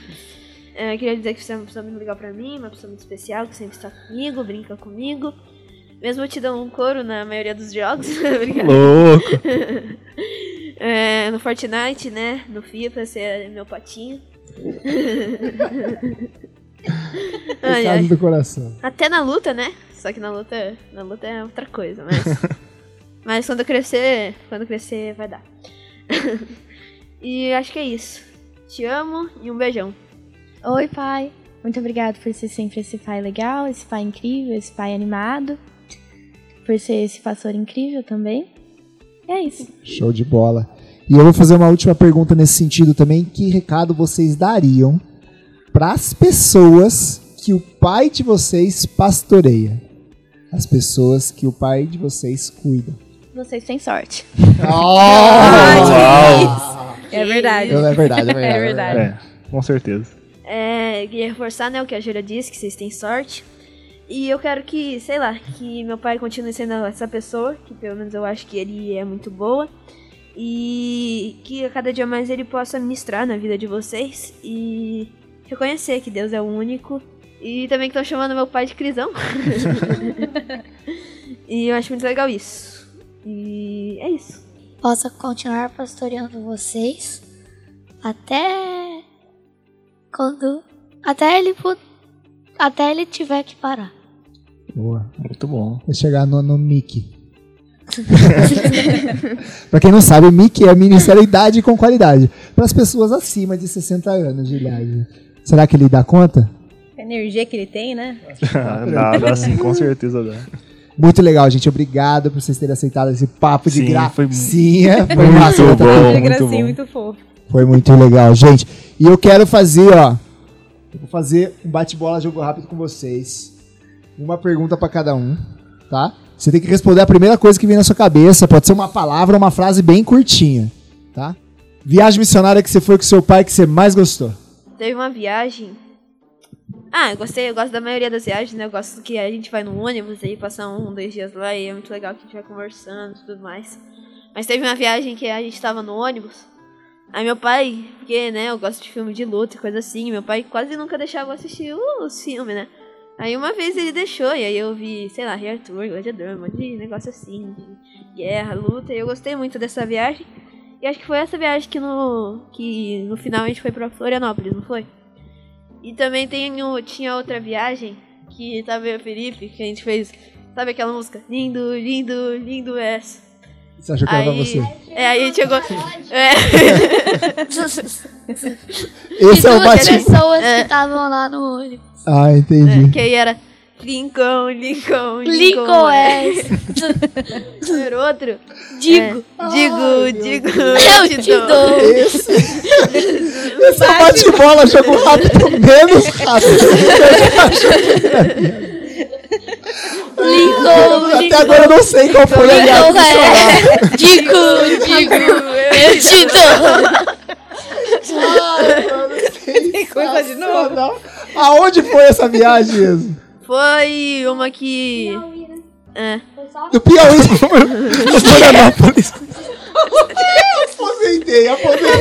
F: É, eu queria dizer que você é uma pessoa muito legal pra mim, uma pessoa muito especial, que sempre está comigo, brinca comigo. Mesmo eu te dando um couro na maioria dos jogos. Obrigada.
C: Louco.
F: É, no Fortnite, né? No FIFA, você é meu patinho. Ai,
B: Coitado
F: ai.
B: do coração.
F: Até na luta, né? Só que na luta, na luta é outra coisa, mas mas quando eu crescer, quando eu crescer vai dar. e acho que é isso. Te amo e um beijão.
E: Oi, pai. Muito obrigado por ser sempre esse pai legal, esse pai incrível, esse pai animado. Por ser esse pastor incrível também. E é isso.
B: Show de bola. E eu vou fazer uma última pergunta nesse sentido também. Que recado vocês dariam para as pessoas que o pai de vocês pastoreia? As pessoas que o pai de vocês cuida.
E: Vocês têm sorte.
A: É verdade.
B: É verdade, é verdade.
A: É verdade.
C: É, com certeza.
F: É, queria reforçar, né, o que a Júlia disse, que vocês têm sorte. E eu quero que, sei lá, que meu pai continue sendo essa pessoa, que pelo menos eu acho que ele é muito boa. E que a cada dia mais ele possa ministrar na vida de vocês e reconhecer que Deus é o único. E também que estão chamando meu pai de crisão. e eu acho muito legal isso. E é isso.
D: Posso continuar pastoreando vocês até quando até ele pu- até ele tiver que parar.
B: Boa.
C: Muito bom.
B: Vou chegar no, no Mickey. Pra quem não sabe, o Mickey é Ministério Idade com Qualidade. Para as pessoas acima de 60 anos de idade. Será que ele dá conta?
A: A energia que ele tem, né?
C: dá, dá Ah, sim, com certeza dá.
B: Muito legal, gente. Obrigado por vocês terem aceitado esse papo de
C: Sim,
B: graça.
C: foi mu-
B: foi massa.
C: Muito bom,
A: é
C: muito
A: gracinha,
C: bom.
A: muito fofo.
B: Foi muito legal, gente. E eu quero fazer, ó. Eu vou fazer um bate-bola jogo rápido com vocês. Uma pergunta pra cada um, tá? Você tem que responder a primeira coisa que vem na sua cabeça. Pode ser uma palavra ou uma frase bem curtinha, tá? Viagem missionária que você foi com seu pai que você mais gostou.
F: Teve uma viagem. Ah, eu gostei, eu gosto da maioria das viagens, né? Eu gosto que a gente vai no ônibus aí passa um, dois dias lá e é muito legal que a gente vai conversando e tudo mais. Mas teve uma viagem que a gente tava no ônibus. Aí meu pai, porque, né, eu gosto de filme de luta e coisa assim, meu pai quase nunca deixava eu assistir o- os filmes, né? Aí uma vez ele deixou, e aí eu vi, sei lá, Rei Arthur, Gladiador, um monte de negócio assim, de guerra, luta, e eu gostei muito dessa viagem. E acho que foi essa viagem que no, que no final a gente foi pra Florianópolis, não foi? E também tem o- tinha outra viagem que tava eu e o Felipe, que a gente fez. Sabe aquela música? Lindo, lindo, lindo é.
B: Você achou que era pra você?
F: É, aí a gente chegou. É,
B: Esse é o
D: duas
B: bate.
D: pessoas que estavam lá no olho.
B: Ah, entendi.
F: que aí era Lincoln, Lincoln,
D: Lincoln é.
F: Era outro. É,
D: Digo.
F: Digo, digo.
D: Eu te dou.
B: Esse. Esse é o bate-bola jogo rápido menos rápido.
D: Lincoln.
B: Até agora eu não sei qual foi a minha
D: Lincoln é. Digo. Digo. Eu te dou.
A: Coisa de novo.
B: Aonde foi essa viagem? Enzo?
F: Foi uma que. É.
B: Do Piauí. Florianópolis. aposentei, aposentei.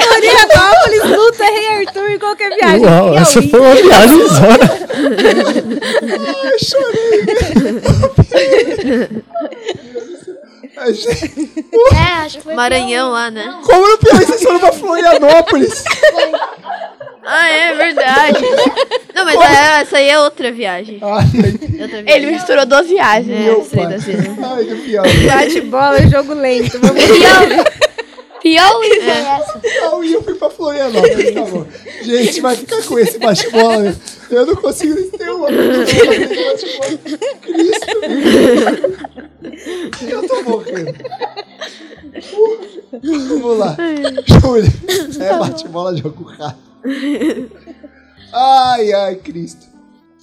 A: Florianópolis, luta, Rei Arthur e qualquer viagem.
C: Uau,
A: Piauí.
C: essa foi uma viagem zona.
B: Ai, gente,
D: É, acho que foi.
F: Maranhão lá, né?
B: Como no Piauí vocês foram pra Florianópolis?
F: Ah, é verdade. Não, mas é- essa aí é outra viagem.
B: Ai,
F: Outra viagem.
E: Ele misturou duas viagens.
F: É,
B: meu
F: essa aí
B: pai.
D: assim,
F: das
D: né?
F: viagens.
B: Ai, do Piauí.
A: Bate-bola, jogo lento. Vamos
D: Piauí foi essa.
B: Piauí, eu fui pra Florianópolis, tá bom. Gente, vai ficar com esse bate-bola. Eu não consigo nem ter uma. Cristo. Eu tô morrendo. Uh, Vamos lá. Júlia, é bate-bola, jogo rápido. Ai, ai, Cristo.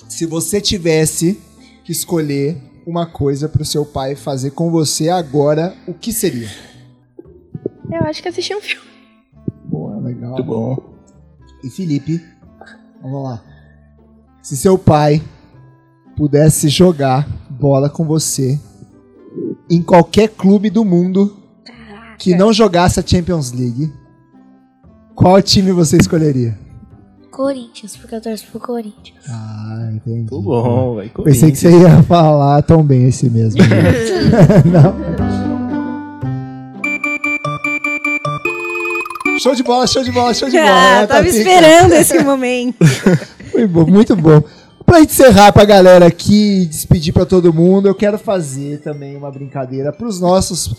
B: Se você tivesse que escolher uma coisa pro seu pai fazer com você agora, o que seria?
E: Eu acho que assisti um filme.
B: Boa, é legal.
C: Muito bom.
B: E Felipe, vamos lá. Se seu pai pudesse jogar bola com você em qualquer clube do mundo que não jogasse a Champions League, qual time você escolheria?
D: Corinthians, porque eu torço pro Corinthians.
B: Ah, entendi.
C: Muito bom, vai
B: Pensei que você ia falar tão bem esse mesmo. né? Não. Show de bola, show de bola, show de bola.
A: Ah, tava
B: né,
C: Ah, tá
B: Tatica?
A: esperando esse momento.
B: Foi bom, muito bom. Pra encerrar pra galera aqui e despedir pra todo mundo, eu quero fazer também uma brincadeira pros nossos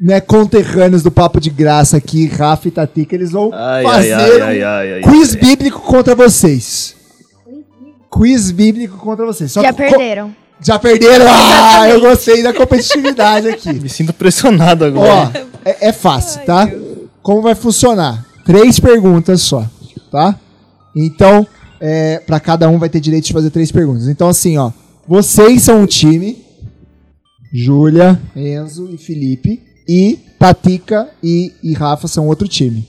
B: né, conterrâneos do Papo de Graça aqui, Rafa e Tati, que eles vão
C: Ai, ai,
B: fazer
C: ai,
B: um
C: ai, ai, ai,
B: quiz
C: ai.
B: bíblico contra vocês. Quiz bíblico contra vocês. Só
E: Já
B: que co-
E: perderam.
B: Já perderam? Ah, eu gostei da competitividade aqui.
C: Me sinto pressionado
B: Ó,
C: agora.
B: é, é fácil, tá? Como vai funcionar? Três perguntas só, tá? Então, é, para cada um vai ter direito de fazer três perguntas. Então, assim, ó, vocês são um time, Júlia, Enzo e Felipe, e Tatica e, e Rafa são outro time.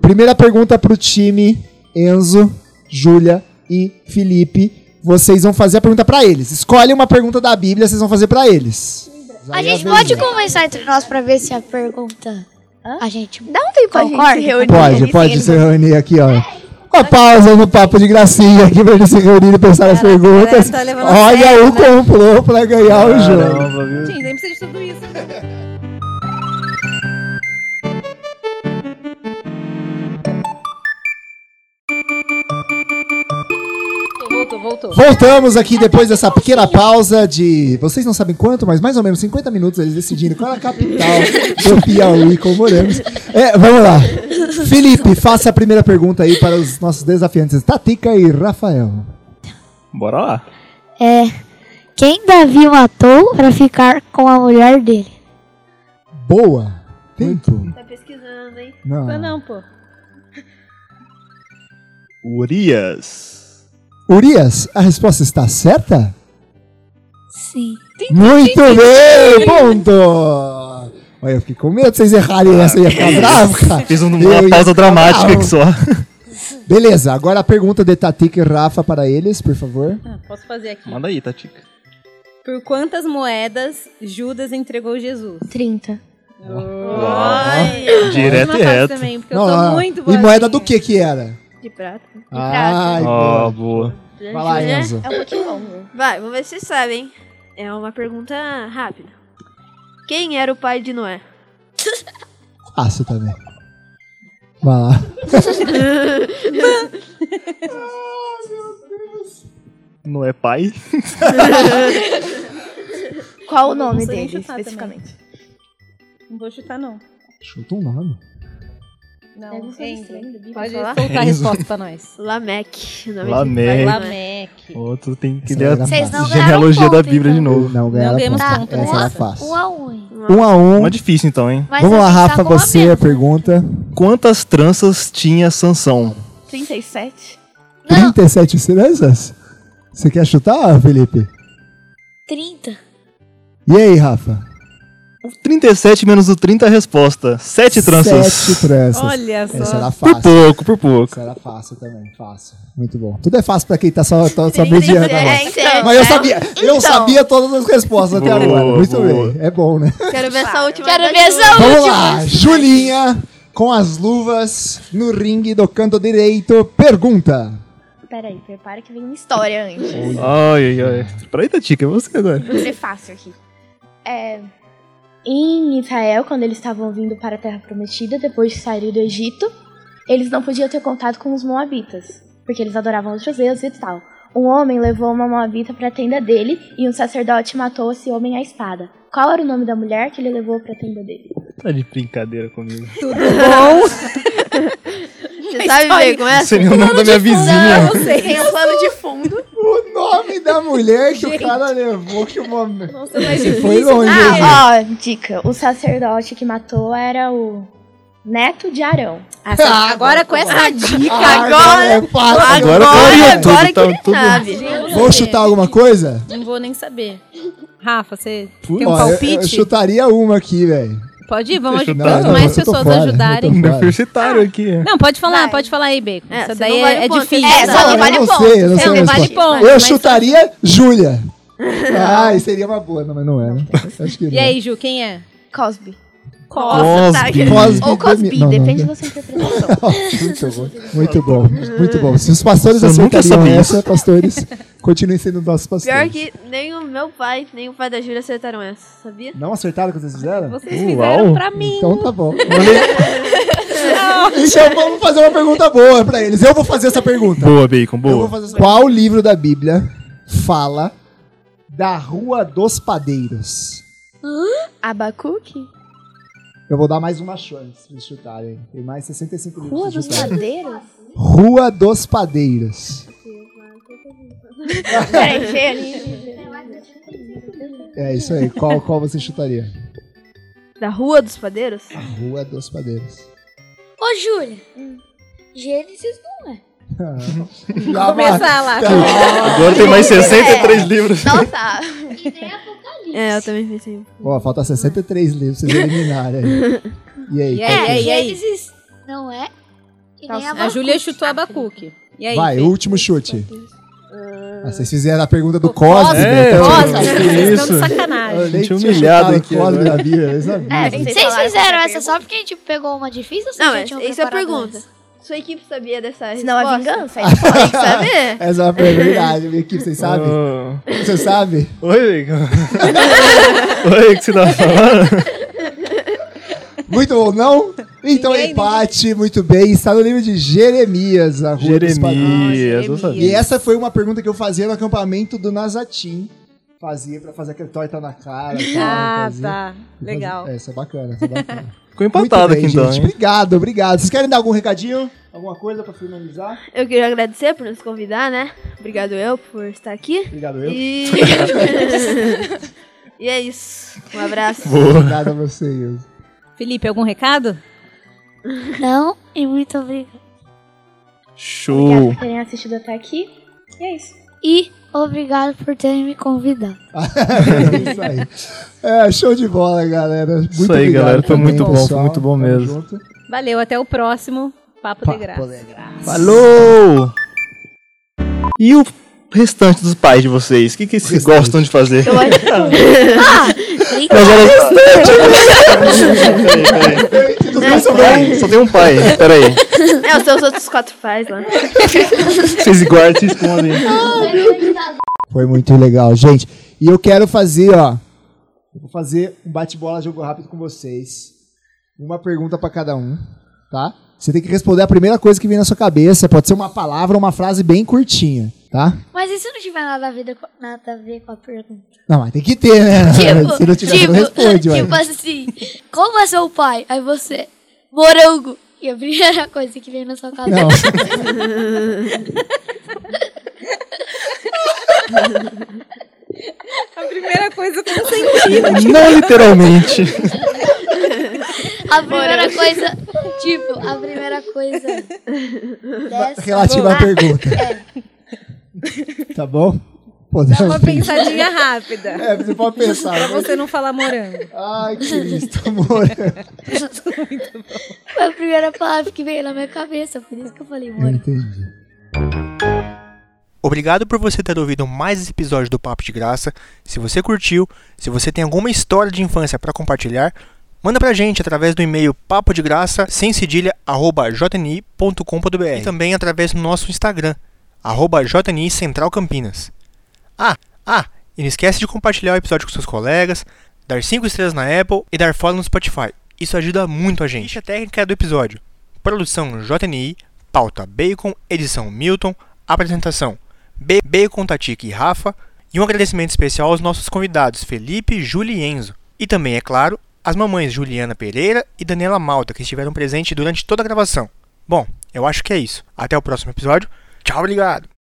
B: Primeira pergunta pro time Enzo, Júlia e Felipe. Vocês vão fazer a pergunta pra eles. Escolhe uma pergunta da Bíblia, vocês vão fazer pra eles.
D: A
B: Tá Aí
D: gente
B: vez
D: pode conversar entre nós pra ver se a pergunta. A gente.
E: Dá um tempo pra
D: Concordo.
E: gente se reunir.
B: Pode,
E: eles-
B: pode
E: eles-
B: se reunir aqui, ó. Uma pausa no papo de gracinha aqui pra eles se reunir e pensar nas
A: Caraca, galera,
B: perguntas.
A: tá levando a
B: Olha
A: sério,
B: o complô pra ganhar o jogo.
C: Caramba, viu?
A: Gente, nem precisa de tudo isso. Voltou, voltou.
B: Voltamos aqui
A: Tá
B: depois
A: um
B: dessa pequena pausa de. Vocês não sabem quanto, mas mais ou menos 50 minutos eles decidindo qual é a capital do Piauí com moramos. É, vamos lá. Felipe, faça a primeira pergunta aí para os nossos desafiantes, Tatica e Rafael.
C: Bora lá.
D: É. Quem Davi matou pra ficar com a mulher dele?
B: Boa. Tempo.
F: Tá pesquisando, hein?
A: Não, não, pô.
C: Urias.
B: Urias, a resposta está certa?
D: Sim.
B: Muito bem, ponto! Olha, eu fiquei com medo de vocês errarem essa, eu ia ficar bravo, cara.
C: Ah, Fiz um-
B: Eu
C: uma
B: ia
C: pausa
B: ficar
C: dramática
B: bravo.
C: aqui só.
B: Beleza, agora a pergunta de Tatica e Rafa para eles, por favor.
A: Ah, posso fazer aqui.
C: Manda aí, Tatica.
A: Por quantas moedas Judas entregou Jesus?
E: 30.
C: Direto
A: Uma
C: e
A: fácil
C: reto.
A: Também, porque
B: Não,
A: eu sou
B: ah,
A: muito
B: e
A: boazinha.
B: moeda do que que era?
F: De prata.
B: Ai,
C: Ó,
B: boa.
C: boa.
B: vai lá,
F: Né?
B: Enzo.
E: É um pouquinho longo.
F: Vai, vamos ver se vocês sabem. hein? É uma pergunta rápida. Quem era o pai de Noé?
C: Ah.
B: Fácil também. Vai lá.
C: Não é pai?
E: Qual o
A: Não
E: nome
A: sei nem
E: dele,
A: chutar também.
E: especificamente?
A: Não vou chutar, não.
B: Chuta um nome.
A: Não,
E: Deve ser
A: Enzo,
E: estranho da Bíblia
A: Pode
F: falar.
A: soltar a resposta pra nós.
F: Lameque. o nome
C: Lameque.
F: de pai de Noé.
A: Lameque.
C: Outro tem que
B: Essa
C: ler
B: era
C: Tá a
D: Vocês não
C: genealogia da
D: ganharam ponto,
C: Bíblia de
D: então.
C: novo.
B: Não ganharam
A: ganhamos
B: ponto.
A: ponto,
B: Essa
A: né?
B: era
D: Um
B: fácil.
D: a um.
B: Um a um.
C: Uma difícil então, hein?
D: Mas
B: Vamos
D: a
B: lá,
D: gente tá
B: Rafa,
D: com uma
B: você a
D: menos.
B: pergunta.
C: Quantas tranças tinha Sansão?
E: 37?
D: Não,
B: 37 finanças? Você quer chutar, Felipe?
D: 30.
B: E aí, Rafa?
C: O 37 menos o 30 é a resposta. Sete tranças.
B: Sete tranças.
A: Olha só.
B: Essa era
C: Por
B: fácil.
C: pouco, por pouco.
B: Essa era fácil também, fácil. Muito bom. Tudo é fácil pra quem tá só, tá só mediando agora.
F: É, então.
A: né?
B: Mas eu sabia, eu
E: Então.
B: sabia todas as respostas até
C: Boa,
B: agora. Muito
C: boa.
B: bem, é bom, né?
F: Quero ver essa última.
D: Quero
F: da
D: ver essa
F: Ju.
B: Vamos lá, Julinha, com as luvas, no ringue do canto direito, pergunta.
E: Peraí, prepara que vem uma história antes.
C: Ai, ai, ai. Peraí, Tatica, é você agora.
E: um prefácio aqui. É, em Israel, quando eles estavam vindo para a Terra Prometida, depois de sair do Egito, eles não podiam ter contato com os Moabitas, porque eles adoravam outros deuses e tal. Um homem levou uma Moabita para a tenda dele e um sacerdote matou esse homem à espada. Qual era o nome da mulher que ele levou para a tenda dele?
C: Tá de brincadeira comigo.
F: Você sabe ver como é?
C: Não sei nem o nome da minha vizinha.
A: Não sei.
F: Tem um plano de fundo.
B: O nome da mulher que o cara levou que o momento.
A: Nossa, mas
B: Foi longe. hein?
E: Ah, ó, dica. O sacerdote que matou era o neto de Arão.
A: Essa-
B: Ah,
A: agora com essa dica.
B: Ah, é fácil.
C: Agora clareou tudo,
F: agora que
C: tá
F: ele
C: tudo-
F: sabe.
B: Vou chutar alguma coisa?
A: Não vou nem saber. Rafa, você tem um
B: Ó, eu- eu
A: palpite?
B: chutaria uma aqui, velho.
A: Pode ir? Vamos
C: Deixa eu
A: ajudar.
C: chutar.
A: Quanto
C: Não,
A: mais
B: eu tô
A: pessoas
B: fora, eu tô
A: ajudarem.
B: fora.
C: Universitário aqui. é.
A: Não, pode falar,
F: Vai.
A: pode falar aí, Bacon.
F: É,
A: Essa
F: você
A: daí
F: não vale
A: é, é
F: ponto.
A: difícil.
F: É,
B: Não,
F: só não
B: eu
F: vale
B: não
F: ponto.
B: sei, eu não
A: É,
B: sei a
A: não vale
B: resposta.
A: ponto,
B: Eu
A: mas-
B: chutaria Júlia. Ai, seria uma boa, não, mas não é, né? Acho que
A: E
B: não.
A: aí, Ju, quem é?
E: Cosby.
F: Cosby.
B: Cosby
E: Ou
B: Demi-
E: Cosby,
B: não, não,
E: depende
B: não.
E: da sua interpretação.
B: Muito bom, muito bom, muito bom. Se os pastores
C: Eu nunca
B: acertariam
C: sabia
B: essa, pastores, continuem sendo nossos
F: Pior
B: pastores.
F: que nem o meu pai, nem o pai da Júlia acertaram essa, sabia?
B: Não acertaram o que vocês fizeram?
A: Vocês fizeram
C: Uau.
A: pra mim.
B: Então tá bom. Então vamos fazer uma pergunta boa pra eles. Eu vou fazer essa pergunta.
C: Boa, Bacon,
B: Eu vou
C: boa.
B: fazer essa pergunta. Qual livro da Bíblia fala da Rua dos Padeiros?
E: Abacuque?
B: Eu vou dar mais uma chance pra eles chutarem. Tem mais 65 livros
E: Rua
B: pra
E: dos
B: chutarem.
E: Madeiros?
B: Rua dos Padeiros.
E: Peraí, gente.
B: É isso aí. Qual, qual você chutaria?
F: Da Rua dos Padeiros?
B: Rua dos Padeiros.
D: Ô, Júlia. Gênesis não é.
B: Lá vai.
A: Começar lá.
C: Agora tem mais 63 livros.
E: Nossa,
F: É, eu também pensei.
B: Ó, falta 63 livros pra vocês eliminarem. aí. E aí?
A: E
B: qual que é?
A: aí, e aí?
D: Gênesis não é. E nem
A: A
D: Abacuque.
A: Júlia chutou a Bacuque. E é aí?
B: Vai,
A: Fê?
B: último chute. Ah, vocês fizeram a pergunta do Cosme.
A: Cosme,
B: né? Então,
A: Cosme,
C: que
A: vocês estão de
C: isso?
A: sacanagem.
B: Eu nem
C: Gente,
B: tinha
C: humilhado
B: chutado
C: aqui
B: o Cosme
C: agora.
B: da Bíblia, eles aviam.
E: É,
D: Vocês
E: falaram
D: fizeram
E: essa
D: essa só porque a gente pegou uma difícil? ou vocês
F: Não,
D: já
F: mas
D: tinham
F: isso é a
D: um preparado
F: pergunta.
D: antes?
F: Sua equipe sabia dessa
E: senão é
F: resposta?
E: vingança. aí fala.
F: Tem que saber.
B: Essa é uma verdade, minha equipe, vocês sabem?
C: Ah.
B: Você sabe?
C: Oi, Bacon. Oi, o que você tá falando?
B: Muito bom, não? Então,
A: Ninguém,
B: empate, muito bem. Está no livro de Jeremias, a Rua dos Padeiros.
C: Jeremias, eu
B: E
C: sabia.
B: essa foi uma pergunta que eu fazia no acampamento do Nazatim. Fazia pra fazer aquele torta na cara. e tal,
A: Ah,
B: fazia.
A: tá. Legal.
B: É, isso é bacana, isso é bacana.
C: Ficou
B: Muito
C: empatado
B: bem,
C: aqui então,
B: gente.
C: hein?
B: Obrigado, obrigado. Vocês querem dar algum recadinho? Alguma coisa pra finalizar?
F: Eu queria agradecer por nos convidar, né? Obrigado eu por estar aqui.
B: Obrigado eu.
F: E... e é isso. Um abraço.
B: Obrigado a vocês.
A: Felipe, algum recado?
D: Não, e muito obrigado.
C: Show.
E: Obrigada por terem assistido até aqui. E é isso.
D: E obrigado por terem me convidado.
B: É isso aí. É, show de bola, galera. Muito
C: Isso aí,
B: obrigado
C: galera. Foi
B: também,
C: muito bom, foi
B: pessoal.
C: muito bom
B: Tamo
C: mesmo.
B: junto.
A: Valeu, até o próximo Papo, de Graça.
B: Papo de graça.
C: Falou! E o restante dos pais de vocês? O que, que vocês
B: Restante.
C: gostam de fazer?
F: Eu acho que
C: Mas olha-
B: Gente do céu,
C: Peraí, Só tem um pai. Peraí.
F: é os seus outros quatro pais lá.
C: Vocês guardam e se escondem.
B: Foi muito legal, gente. E eu quero fazer, ó. Eu vou fazer um bate-bola jogo rápido com vocês. Uma pergunta pra cada um, tá? Você tem que responder a primeira coisa que vem na sua cabeça. Pode ser uma palavra ou uma frase bem curtinha, tá?
D: Mas e se não tiver nada a, ver com, nada a ver com a pergunta?
B: Não, mas tem que ter, né? Se não tiver, não responde, ué.
D: tipo assim, como é seu pai? Aí você, morango. E a primeira coisa que vem na sua cabeça.
B: Não.
A: A primeira coisa que você
C: Não literalmente.
D: A primeira coisa, tipo, a primeira coisa dessa.
B: Relativa à pergunta. Tá bom?
A: dá uma
B: Podemos.
A: pensadinha rápida.
B: É, você pode pensar.
A: Pra
B: né?
A: você não falar morango.
B: Ai, Cristo, amor.
D: Foi a primeira palavra que veio na minha cabeça, por isso que eu falei,
B: Eu
D: mora.
B: entendi.
G: Obrigado por você ter ouvido mais esse episódio do Papo de Graça. Se você curtiu, se você tem alguma história de infância para compartilhar, manda pra gente através do e-mail papo de graça sem cedilha arroba jni.com.br e também através do nosso Instagram arroba jni central campinas. Ah, ah, e não esquece de compartilhar o episódio com seus colegas, dar 5 estrelas na Apple e dar follow no Spotify. Isso ajuda muito a gente. Ficha técnica do episódio. Produção JNI, pauta Bacon, edição Milton, apresentação B, Bacon, Tatique e Rafa, e um agradecimento especial aos nossos convidados Felipe, Júlia e Enzo. E também, é claro, as mamães Juliana Pereira e Daniela Malta, que estiveram presentes durante toda a gravação. Bom, eu acho que é isso. Até o próximo episódio. Tchau, obrigado!